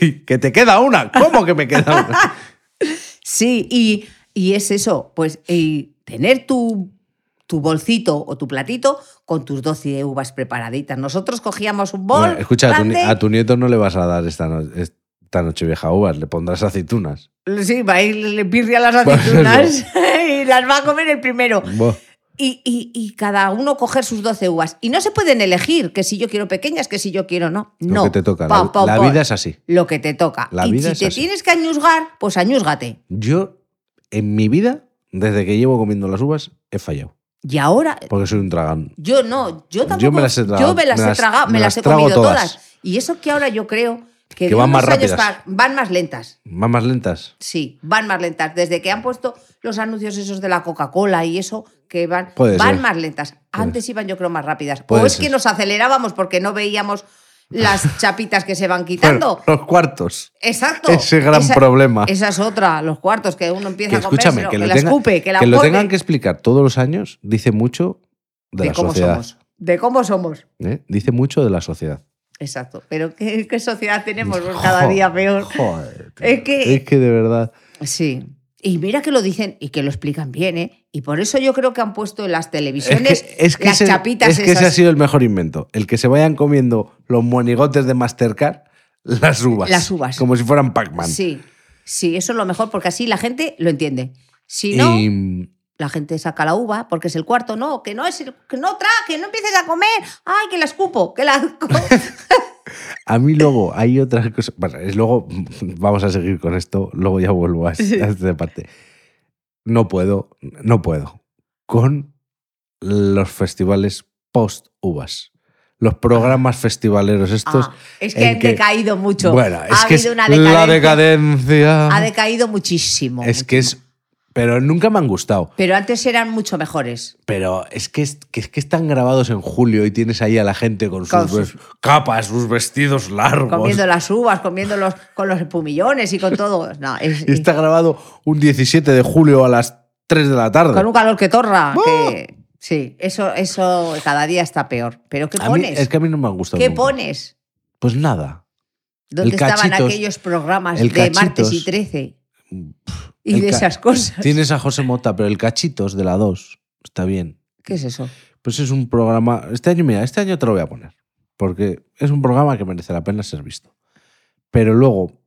Speaker 1: Y que te queda una. ¿Cómo que me queda una?
Speaker 2: [LAUGHS] Sí, y, y es eso, pues y tener tu, tu bolsito o tu platito con tus 12 uvas preparaditas. Nosotros cogíamos un bol
Speaker 1: Bueno, escucha, a tu, ni-
Speaker 2: grande,
Speaker 1: a tu nieto no le vas a dar esta, no- esta noche vieja uvas, le pondrás aceitunas.
Speaker 2: Sí, va a ir le pirria
Speaker 1: [LAUGHS]
Speaker 2: las
Speaker 1: Por eso. Mm.
Speaker 2: aceitunas [LAUGHS] y las va a comer el primero.
Speaker 1: Buah.
Speaker 2: Y, y- y cada uno coger sus 12 uvas. Y no se pueden elegir que si yo quiero pequeñas, que si yo quiero no. No.
Speaker 1: Lo que te toca.
Speaker 2: Pa,
Speaker 1: la-
Speaker 2: pa,
Speaker 1: la
Speaker 2: pa.
Speaker 1: vida es así.
Speaker 2: Lo que te toca.
Speaker 1: La
Speaker 2: y
Speaker 1: vida
Speaker 2: si
Speaker 1: es
Speaker 2: te
Speaker 1: así.
Speaker 2: tienes que añuzgar, pues añúzgate.
Speaker 1: Yo, en mi vida, desde que llevo comiendo las uvas, he fallado.
Speaker 2: Y ahora,
Speaker 1: Porque soy un tragán.
Speaker 2: yo no, yo tampoco.
Speaker 1: me las he tragado,
Speaker 2: yo me las
Speaker 1: me
Speaker 2: he
Speaker 1: las-
Speaker 2: tragado, me,
Speaker 1: me
Speaker 2: las
Speaker 1: las
Speaker 2: he
Speaker 1: trago
Speaker 2: comido todas.
Speaker 1: todas.
Speaker 2: Y eso que ahora yo creo que,
Speaker 1: Que
Speaker 2: de
Speaker 1: van más
Speaker 2: unos años
Speaker 1: rápidas.
Speaker 2: pa- van más lentas.
Speaker 1: Más, más lentas.
Speaker 2: Sí, van más lentas. Desde que han puesto los anuncios esos de la Coca-Cola y eso, que van,
Speaker 1: Puede
Speaker 2: van
Speaker 1: ser.
Speaker 2: más lentas. Antes iban, yo creo, más rápidas. o
Speaker 1: Puede
Speaker 2: es
Speaker 1: ser.
Speaker 2: que nos acelerábamos porque no veíamos
Speaker 1: [LAUGHS]
Speaker 2: las chapitas que se van quitando.
Speaker 1: Bueno, los cuartos.
Speaker 2: Exacto.
Speaker 1: Ese gran
Speaker 2: Esa-
Speaker 1: problema.
Speaker 2: Esa es otra, los cuartos, que uno empieza
Speaker 1: que
Speaker 2: a comerse,
Speaker 1: escúchame,
Speaker 2: que,
Speaker 1: que, lo
Speaker 2: la
Speaker 1: tenga-
Speaker 2: escupe, que la
Speaker 1: que lo
Speaker 2: pone.
Speaker 1: tengan que explicar todos los años dice mucho de, la
Speaker 2: cómo
Speaker 1: sociedad.
Speaker 2: somos. De cómo somos.
Speaker 1: ¿eh? Dice mucho de la sociedad.
Speaker 2: Exacto. Pero qué, qué sociedad tenemos pues, cada día
Speaker 1: Joder,
Speaker 2: peor.
Speaker 1: joder, tío.
Speaker 2: [LAUGHS] Es que-
Speaker 1: es que de verdad.
Speaker 2: Sí. Y mira que lo dicen y que lo explican bien, ¿eh? Y por eso yo creo que han puesto en las
Speaker 1: Es
Speaker 2: televisiones
Speaker 1: que, es que
Speaker 2: las
Speaker 1: ese,
Speaker 2: chapitas
Speaker 1: es que ese ha
Speaker 2: esas,
Speaker 1: sido el mejor invento. El que se vayan comiendo los monigotes de Mastercard, las uvas.
Speaker 2: Las uvas.
Speaker 1: Como si fueran Pac-Man.
Speaker 2: Sí, sí, eso es lo mejor porque así la gente lo entiende. Si no,
Speaker 1: Y-
Speaker 2: la gente saca la uva porque es el cuarto, no, que no es el- que no tra, que no empieces a comer, ay, que la escupo, que la [LAUGHS]
Speaker 1: A mí luego hay otras cosas. Bueno, es luego vamos a seguir con esto, luego ya vuelvo a, este, a esta parte. No puedo, no puedo. Con los festivales post uvas. Los programas festivaleros estos.
Speaker 2: Ah, es que
Speaker 1: en
Speaker 2: han
Speaker 1: que-
Speaker 2: decaído mucho.
Speaker 1: bueno, es
Speaker 2: ha
Speaker 1: que es
Speaker 2: habido una
Speaker 1: la
Speaker 2: decadencia.
Speaker 1: decadencia.
Speaker 2: Ha decaído muchísimo.
Speaker 1: es que es.
Speaker 2: muchísimo.
Speaker 1: Pero nunca me han gustado.
Speaker 2: Pero antes eran mucho mejores.
Speaker 1: Pero es que, es que, es que están grabados en julio y tienes ahí a la gente con sus,
Speaker 2: Con sus-
Speaker 1: ves- capas, sus vestidos largos.
Speaker 2: Comiendo las uvas, comiendo los, con los espumillones y con todo. No,
Speaker 1: [LAUGHS]
Speaker 2: es-
Speaker 1: Y está grabado un 17 de julio a las 3 de la tarde.
Speaker 2: con un calor que torra. que- sí, eso, eso cada día está peor. ¿Pero qué
Speaker 1: A mí-
Speaker 2: pones?
Speaker 1: es que a mí no me han gustado.
Speaker 2: ¿Qué
Speaker 1: nunca.
Speaker 2: pones?
Speaker 1: Pues nada.
Speaker 2: ¿Dónde
Speaker 1: El
Speaker 2: estaban
Speaker 1: Cachitos.
Speaker 2: aquellos programas
Speaker 1: El
Speaker 2: de martes y
Speaker 1: Cachitos. Mm,
Speaker 2: 13?
Speaker 1: el
Speaker 2: Y de
Speaker 1: ca-
Speaker 2: esas cosas.
Speaker 1: Tienes a José Mota, pero el cachitos de la 2 está bien.
Speaker 2: ¿Qué es eso?
Speaker 1: Pues es un programa. Este año, mira, este año te lo voy a poner. Porque es un programa que merece la pena ser visto. Pero luego,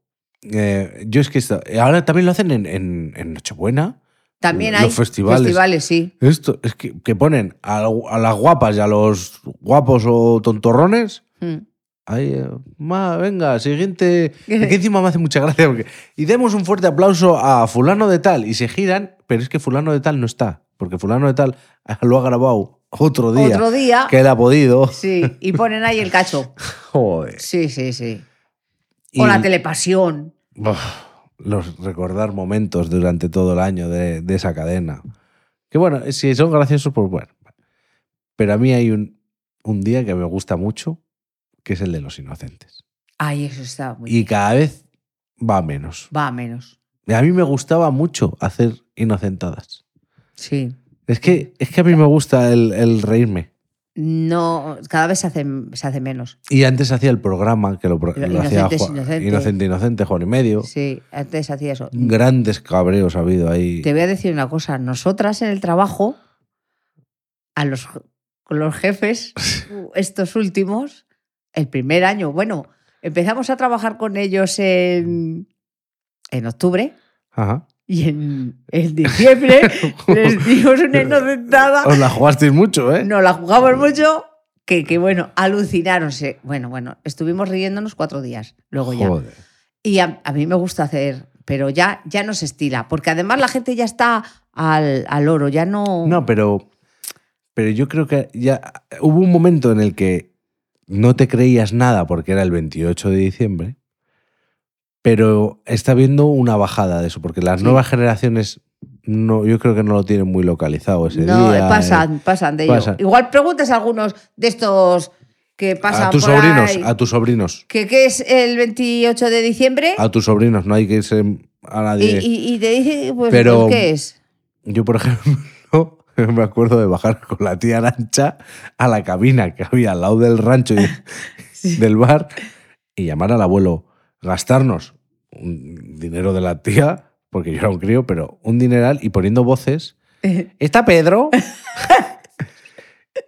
Speaker 1: eh, yo es que esto- ahora también lo hacen en, en, en Nochebuena.
Speaker 2: También
Speaker 1: Los
Speaker 2: hay
Speaker 1: festivales.
Speaker 2: sí.
Speaker 1: Esto es que, que ponen a, a las guapas y a los guapos o tontorrones
Speaker 2: Mm.
Speaker 1: Ahí, eh, ma, venga, siguiente. Es
Speaker 2: [LAUGHS]
Speaker 1: que encima me hace mucha gracia porque. Y demos un fuerte aplauso a Fulano de Tal. Y se giran, pero es que Fulano de Tal no está. Porque Fulano de Tal [LAUGHS] lo ha grabado otro día.
Speaker 2: Otro día.
Speaker 1: Que él ha podido.
Speaker 2: Sí, y ponen ahí el cacho.
Speaker 1: Joder.
Speaker 2: Sí, sí, sí.
Speaker 1: [LAUGHS] Y-
Speaker 2: O la telepasión.
Speaker 1: Buf, los recordar momentos durante todo el año de, de esa cadena. Que bueno, eh, si son graciosos, pues bueno. Pero a mí hay un, un día que me gusta mucho, que es el de los inocentes.
Speaker 2: Ay, eso está muy
Speaker 1: Y
Speaker 2: bien.
Speaker 1: cada vez va menos.
Speaker 2: Va a menos.
Speaker 1: A mí me gustaba mucho hacer inocentadas.
Speaker 2: Sí.
Speaker 1: Es que, es que a mí me gusta el, el reírme.
Speaker 2: No, cada vez se hace, se hace menos.
Speaker 1: Y antes hacía el programa, que lo, pro-
Speaker 2: Pero
Speaker 1: lo hacía
Speaker 2: Inocentes,
Speaker 1: Juan-
Speaker 2: Inocentes.
Speaker 1: Inocente, Inocente, Juan y Medio.
Speaker 2: Sí, antes hacía eso.
Speaker 1: Grandes cabreos ha habido ahí.
Speaker 2: Te voy a decir una cosa. Nosotras en el trabajo, a los, con los jefes, estos últimos, el primer año, bueno, empezamos a trabajar con ellos en, en octubre
Speaker 1: Ajá.
Speaker 2: y en, en diciembre les dimos una inocentada.
Speaker 1: Os la jugasteis mucho, ¿eh?
Speaker 2: Nos la jugamos mucho, que, que bueno, alucinaronse. Bueno, bueno, estuvimos riéndonos cuatro días, luego ya.
Speaker 1: Joder.
Speaker 2: Y a, a mí me gusta hacer, pero ya, ya no se estila, porque además la gente ya está al, al oro, ya no...
Speaker 1: No, pero, pero yo creo que ya hubo un momento en el que no te creías nada porque era el 28 de diciembre, pero está habiendo una bajada de eso, porque las
Speaker 2: Sí.
Speaker 1: nuevas generaciones no, yo creo que no lo tienen muy localizado ese
Speaker 2: no,
Speaker 1: día. eh.
Speaker 2: pasan, pasan de ello.
Speaker 1: pasan.
Speaker 2: Igual preguntas a algunos de estos que pasan
Speaker 1: a tus
Speaker 2: por
Speaker 1: sobrinos,
Speaker 2: ahí,
Speaker 1: a tus sobrinos,
Speaker 2: que, que es el 28 de diciembre
Speaker 1: a tus sobrinos, no hay que irse a
Speaker 2: y,
Speaker 1: nadie.
Speaker 2: y- y te dicen, pues,
Speaker 1: Pero-
Speaker 2: ¿entonces ¿qué es?
Speaker 1: Yo, por [LAUGHS] ejemplo, me acuerdo de bajar con la tía Arancha a la cabina que había al lado del rancho y del bar y llamar al abuelo, gastarnos un dinero de la tía, porque yo era un crío, pero un dineral y poniendo voces. ¿Está Pedro?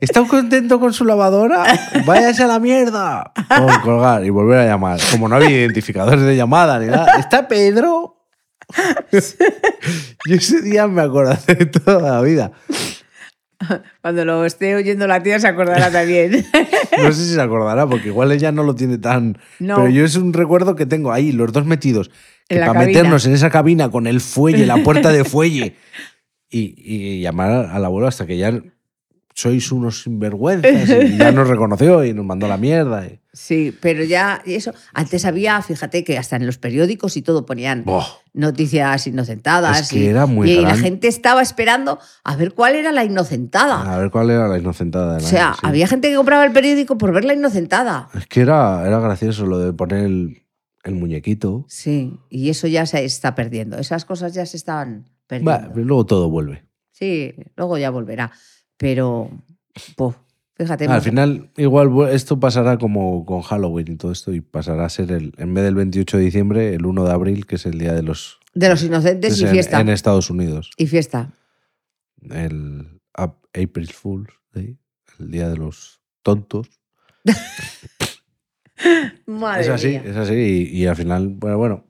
Speaker 1: ¿Está contento con su lavadora? ¡Váyase a la mierda! Por colgar y volver a llamar. Como no había identificadores de llamada ni nada. ¿Está Pedro? Yo ese día me acordaré de toda la vida.
Speaker 2: Cuando lo esté oyendo la tía se acordará también.
Speaker 1: No sé si se acordará, porque igual ella no lo tiene tan.
Speaker 2: No.
Speaker 1: Pero yo es un recuerdo que tengo ahí, los dos metidos. Que
Speaker 2: En la
Speaker 1: para
Speaker 2: cabina.
Speaker 1: meternos en esa cabina con
Speaker 2: [LAUGHS]
Speaker 1: el fuelle, la puerta de fuelle. Y, y llamar al abuelo hasta que ya sois unos sinvergüenzas. Y ya nos reconoció y nos mandó la mierda. y-
Speaker 2: [LAUGHS] Sí, pero ya y eso. Antes había, fíjate, que hasta en los periódicos y todo ponían
Speaker 1: Boh,
Speaker 2: noticias inocentadas.
Speaker 1: Es que
Speaker 2: y,
Speaker 1: era muy
Speaker 2: y la
Speaker 1: gran-
Speaker 2: gente estaba esperando a ver cuál era la inocentada.
Speaker 1: a ver cuál era la inocentada. del
Speaker 2: o sea,
Speaker 1: año, Ah, sí.
Speaker 2: había gente que compraba el periódico por ver la inocentada.
Speaker 1: Es que era, era gracioso lo de poner el, el muñequito.
Speaker 2: Sí, y eso ya se está perdiendo. Esas cosas ya se están perdiendo.
Speaker 1: Va, pero luego todo vuelve.
Speaker 2: Sí, luego ya volverá. Pero, puf, fíjate.
Speaker 1: Al
Speaker 2: hemos-
Speaker 1: final, igual vu- esto pasará como con Halloween y todo esto, y pasará a ser el, en vez del 28 de diciembre, el 1 de abril, que es el día de los.
Speaker 2: De los inocentes
Speaker 1: es
Speaker 2: y
Speaker 1: Pues en-
Speaker 2: fiesta.
Speaker 1: En, Estados Unidos.
Speaker 2: Y fiesta.
Speaker 1: El Ap- April Fool's Day, el día de los tontos.
Speaker 2: Madre
Speaker 1: es así,
Speaker 2: mía.
Speaker 1: es así, y, y al final, bueno, bueno.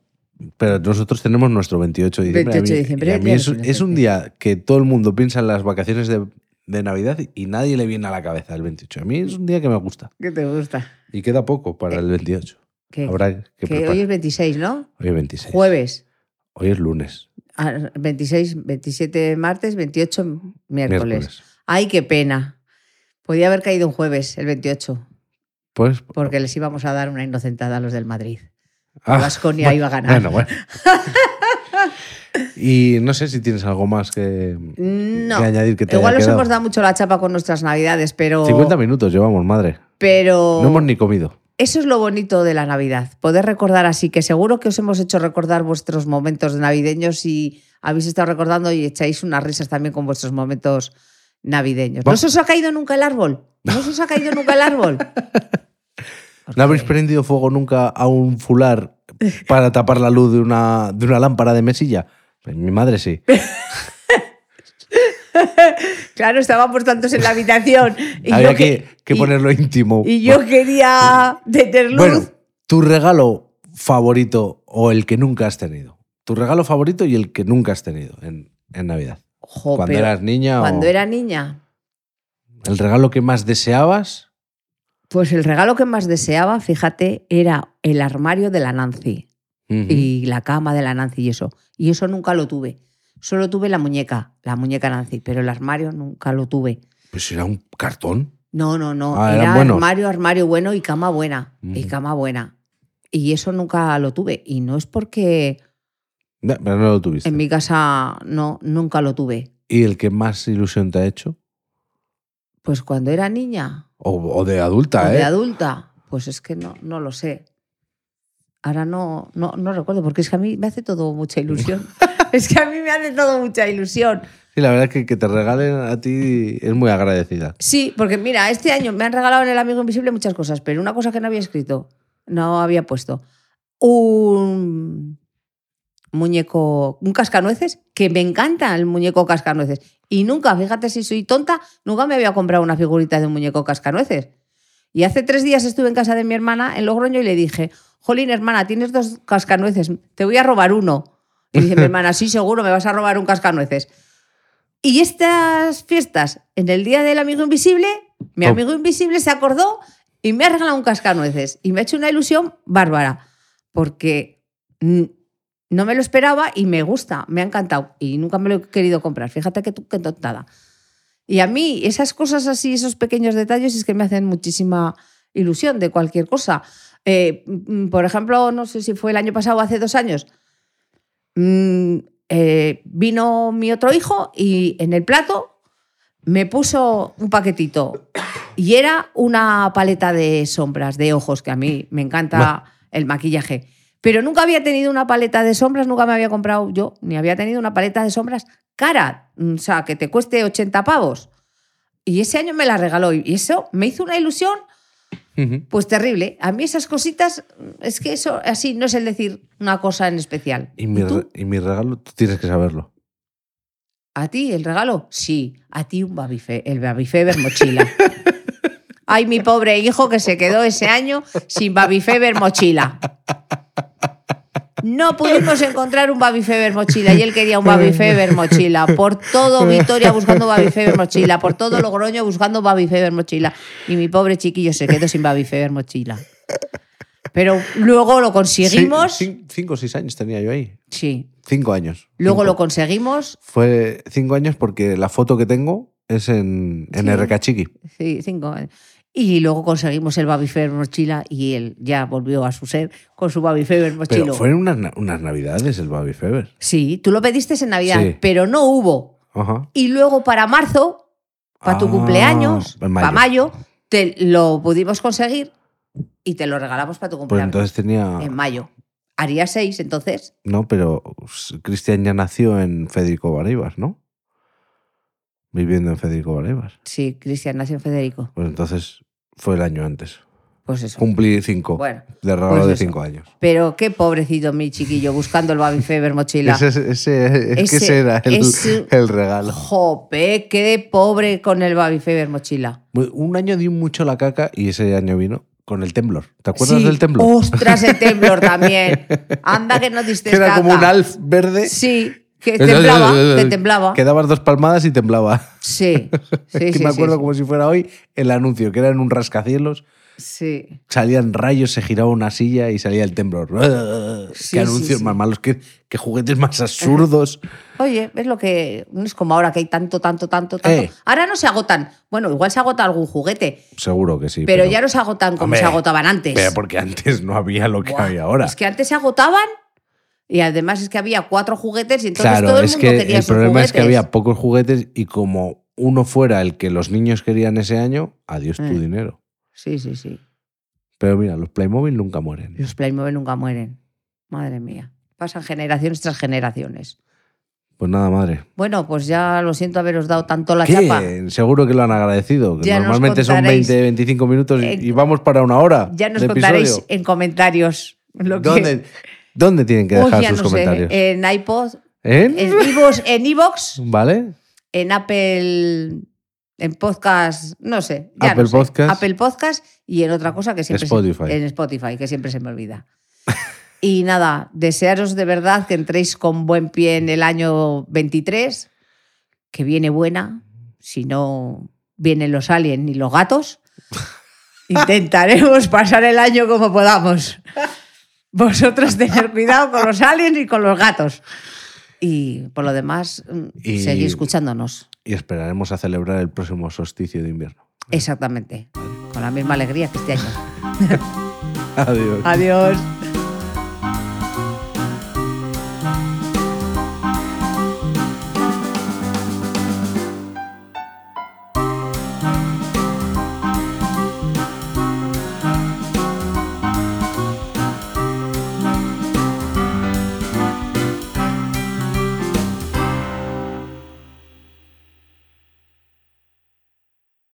Speaker 1: Pero nosotros tenemos nuestro 28 de diciembre.
Speaker 2: 28 de diciembre,
Speaker 1: y a
Speaker 2: el
Speaker 1: mí
Speaker 2: día de
Speaker 1: es,
Speaker 2: los
Speaker 1: un- es un día que todo el mundo piensa en las vacaciones de, de Navidad y nadie le viene a la cabeza el 28. A mí es un día que me gusta.
Speaker 2: ¿Qué te gusta?
Speaker 1: Y queda poco para el 28.
Speaker 2: Que,
Speaker 1: Habrá que
Speaker 2: Eh, que
Speaker 1: preparar.
Speaker 2: hoy es 26, ¿no?
Speaker 1: Hoy es 26.
Speaker 2: Jueves.
Speaker 1: Hoy es lunes.
Speaker 2: Ah, 26, 27 martes, 28 miércoles.
Speaker 1: Miércoles.
Speaker 2: Ay, qué pena. Podía haber caído un jueves, el 28,
Speaker 1: Pues.
Speaker 2: porque les íbamos a dar una inocentada a los del Madrid.
Speaker 1: ah,
Speaker 2: Baskonia
Speaker 1: bueno,
Speaker 2: iba a ganar. [LAUGHS]
Speaker 1: Bueno, bueno. y no sé si tienes algo más que,
Speaker 2: No.
Speaker 1: que añadir que te
Speaker 2: Igual
Speaker 1: haya
Speaker 2: nos
Speaker 1: quedado.
Speaker 2: hemos dado mucho la chapa con nuestras navidades, pero.
Speaker 1: 50 minutos llevamos, madre.
Speaker 2: Pero.
Speaker 1: No hemos ni comido.
Speaker 2: Eso es lo bonito de la Navidad, poder recordar así, que seguro que os hemos hecho recordar vuestros momentos navideños y habéis estado recordando y echáis unas risas también con vuestros momentos navideños. ¿No
Speaker 1: Vamos.
Speaker 2: se os ha caído nunca el árbol? ¿No se os ha caído nunca
Speaker 1: [LAUGHS]
Speaker 2: el árbol?
Speaker 1: ¿No habéis prendido fuego nunca a un fular para tapar la luz de una, de una lámpara de mesilla? Pues mi madre sí.
Speaker 2: Claro, estaban por tantos en la habitación [LAUGHS] y
Speaker 1: Había
Speaker 2: yo, que-
Speaker 1: que, que
Speaker 2: y-
Speaker 1: ponerlo íntimo.
Speaker 2: y yo quería tener luz.
Speaker 1: Oh, Bueno, tu regalo favorito o el que nunca has tenido. Tu regalo favorito y el que nunca has tenido en, en Navidad.
Speaker 2: Jo,
Speaker 1: cuando
Speaker 2: pero
Speaker 1: eras niña o
Speaker 2: cuando era niña,
Speaker 1: el regalo que más deseabas.
Speaker 2: pues el regalo que más deseaba, fíjate, era el armario de la Nancy.
Speaker 1: Ujú.
Speaker 2: y la cama de la Nancy y eso. Y eso nunca lo tuve. Solo tuve la muñeca, la muñeca Nancy, pero el armario nunca lo tuve.
Speaker 1: Pues era un cartón.
Speaker 2: No, no, no.
Speaker 1: Ah, eran
Speaker 2: era
Speaker 1: buenos.
Speaker 2: armario, armario bueno y cama buena. Y
Speaker 1: Mm.
Speaker 2: cama buena. Y eso nunca lo tuve. Y no es porque
Speaker 1: No, Pero no lo tuviste.
Speaker 2: en mi casa no, nunca lo tuve.
Speaker 1: ¿Y el que más ilusión te ha hecho?
Speaker 2: Pues cuando era niña
Speaker 1: O, o de adulta,
Speaker 2: o
Speaker 1: ¿eh?
Speaker 2: de adulta, pues es que no, no lo sé. Ahora no, no, no recuerdo, porque es que a mí me hace todo mucha
Speaker 1: [LAUGHS]
Speaker 2: ilusión. es que a mí me hace todo mucha ilusión.
Speaker 1: Sí, la verdad es que que te regalen a ti es muy agradecida.
Speaker 2: Sí, porque mira, este año me han regalado en el Amigo Invisible muchas cosas, pero una cosa que no había escrito, no había puesto, un muñeco, un cascanueces, que me encanta el muñeco cascanueces. Y nunca, fíjate si soy tonta, nunca me había comprado una figurita de un muñeco cascanueces. Y hace tres días estuve en casa de mi hermana en Logroño y le dije, Jolín, hermana, tienes dos cascanueces, te voy a robar uno. Y dice mi hermana, sí, seguro, me vas a robar un cascanueces. Y estas fiestas, en el día del amigo invisible, mi
Speaker 1: Oh.
Speaker 2: amigo invisible se acordó y me ha regalado un cascanueces. Y me ha hecho una ilusión bárbara, porque mm, no me lo esperaba y me gusta, me ha encantado. Y nunca me lo he querido comprar. Fíjate que tú, qué tontada. Y a mí esas cosas así, esos pequeños detalles, es que me hacen muchísima ilusión de cualquier cosa. Eh, mm, por ejemplo, no sé si fue el año pasado o hace dos años, mm, eh, vino mi otro hijo y en el plato me puso un paquetito y era una paleta de sombras, de ojos, que a mí me encanta
Speaker 1: Bah.
Speaker 2: el maquillaje. Pero nunca había tenido una paleta de sombras, nunca me había comprado yo, ni había tenido una paleta de sombras cara, mm, o sea, que te cueste 80 pavos. Y ese año me la regaló y eso me hizo una ilusión
Speaker 1: Ujú.
Speaker 2: pues terrible. A mí esas cositas, es que eso así no es el decir una cosa en especial.
Speaker 1: Y mi,
Speaker 2: tú?
Speaker 1: re- y mi regalo, tú tienes que saberlo.
Speaker 2: ¿A ti el regalo? Sí, a ti un babife, el babifeber
Speaker 1: [LAUGHS]
Speaker 2: mochila. Ay, mi pobre hijo que se quedó ese año sin babifeber mochila. No pudimos encontrar un babifeber mochila y él quería un babifeber mochila. Por todo Vitoria buscando babifeber mochila, por todo Logroño buscando babifeber mochila. Y mi pobre chiquillo se quedó sin babifeber mochila. Pero luego lo conseguimos.
Speaker 1: Sí, cin- cinco o seis años tenía yo ahí.
Speaker 2: Sí.
Speaker 1: Cinco años.
Speaker 2: Luego
Speaker 1: Cinco.
Speaker 2: lo conseguimos
Speaker 1: Fue cinco años porque la foto que tengo es en, en
Speaker 2: Sí. Pues
Speaker 1: Errecachiqui.
Speaker 2: Sí, cinco. Y luego conseguimos el Baby Fever mochila y él ya volvió a su ser con su Baby Fever mochilo.
Speaker 1: Pero fueron unas, na- unas navidades el Baby Fever.
Speaker 2: Sí, tú lo pediste en Navidad,
Speaker 1: Sí.
Speaker 2: pero no hubo.
Speaker 1: Ajá.
Speaker 2: Y luego para marzo, para tu
Speaker 1: Ah,
Speaker 2: cumpleaños,
Speaker 1: en
Speaker 2: para mayo, te lo pudimos conseguir y te lo regalamos para tu
Speaker 1: Pues
Speaker 2: cumpleaños
Speaker 1: entonces tenía.
Speaker 2: en mayo. Haría seis, entonces.
Speaker 1: No, pero s- Cristian ya nació en Federico Baribas, ¿no? Viviendo en Federico Baribas.
Speaker 2: Sí, Cristian nació en Federico.
Speaker 1: Pues entonces fue el año antes.
Speaker 2: Pues eso.
Speaker 1: Cumplí cinco.
Speaker 2: Bueno,
Speaker 1: de regalo
Speaker 2: pues
Speaker 1: de
Speaker 2: eso.
Speaker 1: cinco años.
Speaker 2: pero qué pobrecito mi chiquillo buscando el Baby Fever mochila.
Speaker 1: [LAUGHS] Ese, ese- es que
Speaker 2: Ese-
Speaker 1: ese era el,
Speaker 2: ese-
Speaker 1: el regalo.
Speaker 2: Jope, quedé pobre con el Baby Fever mochila.
Speaker 1: Un año dio mucho la caca y ese año vino con el temblor. ¿Te acuerdas del temblor?
Speaker 2: Ostras,
Speaker 1: [LAUGHS]
Speaker 2: el temblor también. Anda que no diste
Speaker 1: que era como un
Speaker 2: caca.
Speaker 1: alf verde.
Speaker 2: Sí, que temblaba, que temblaba.
Speaker 1: Que dabas dos palmadas y temblaba. [LAUGHS]
Speaker 2: Sí, sí,
Speaker 1: que
Speaker 2: sí.
Speaker 1: me
Speaker 2: sí,
Speaker 1: acuerdo
Speaker 2: sí.
Speaker 1: como si fuera hoy el anuncio, que era en un rascacielos,
Speaker 2: Sí.
Speaker 1: salían rayos, se giraba una silla y salía el temblor. [LAUGHS]
Speaker 2: Sí, sí,
Speaker 1: qué anuncios
Speaker 2: sí.
Speaker 1: más malos, qué, qué juguetes más
Speaker 2: [LAUGHS]
Speaker 1: absurdos.
Speaker 2: Oye, es lo que. No es como ahora que hay tanto, tanto, tanto, tanto.
Speaker 1: Eh.
Speaker 2: Ahora no se agotan. Bueno, igual se agota algún juguete,
Speaker 1: Seguro que sí.
Speaker 2: pero, ya no se agotan como
Speaker 1: Hombre,
Speaker 2: se agotaban antes.
Speaker 1: Pero porque antes no había lo que
Speaker 2: Buah,
Speaker 1: hay ahora.
Speaker 2: Es que antes se agotaban y además es que había cuatro juguetes y entonces
Speaker 1: claro,
Speaker 2: todo el
Speaker 1: es
Speaker 2: mundo
Speaker 1: que
Speaker 2: quería
Speaker 1: el
Speaker 2: sus
Speaker 1: problema es que
Speaker 2: juguetes.
Speaker 1: había pocos juguetes y como uno fuera el que los niños querían ese año, adiós
Speaker 2: Eh.
Speaker 1: tu dinero.
Speaker 2: Sí, sí, sí.
Speaker 1: Pero mira, los Playmobil nunca mueren.
Speaker 2: Los Playmobil nunca mueren. Madre mía. Pasan generaciones tras generaciones.
Speaker 1: Pues nada, madre.
Speaker 2: Bueno, pues ya lo siento haberos dado tanto la
Speaker 1: ¿Qué?
Speaker 2: chapa.
Speaker 1: Seguro que lo han agradecido. que
Speaker 2: Ya nos
Speaker 1: Normalmente son
Speaker 2: contaréis.
Speaker 1: 20, 25 minutos y,
Speaker 2: Eh,
Speaker 1: y vamos para una hora.
Speaker 2: Ya nos
Speaker 1: de
Speaker 2: contaréis
Speaker 1: episodio.
Speaker 2: en comentarios lo que. [LAUGHS]
Speaker 1: ¿Dónde, dónde tienen que
Speaker 2: Uy,
Speaker 1: dejar
Speaker 2: ya
Speaker 1: sus
Speaker 2: no sé, Eh,
Speaker 1: comentarios?
Speaker 2: en iPod,
Speaker 1: ¿En?
Speaker 2: en iVoox, en, iVoox,
Speaker 1: ¿Vale?
Speaker 2: en Apple, en podcast, no sé. ya
Speaker 1: Apple
Speaker 2: no sé.
Speaker 1: Podcast.
Speaker 2: Apple Podcast y en otra cosa que siempre se-
Speaker 1: Spotify.
Speaker 2: en Spotify, que siempre se me olvida. [LAUGHS] y nada, desearos de verdad que entréis con buen pie en el año 23, que viene buena, si no vienen los aliens ni los gatos. [LAUGHS] Intentaremos pasar el año como podamos. Vosotros tener cuidado con los aliens y con los gatos. Y por lo demás, mm,
Speaker 1: Y-
Speaker 2: seguir escuchándonos.
Speaker 1: Y esperaremos a celebrar el próximo solsticio de invierno. [LAUGHS]
Speaker 2: Exactamente. Con la misma alegría que este año.
Speaker 1: Adiós.
Speaker 2: Adiós.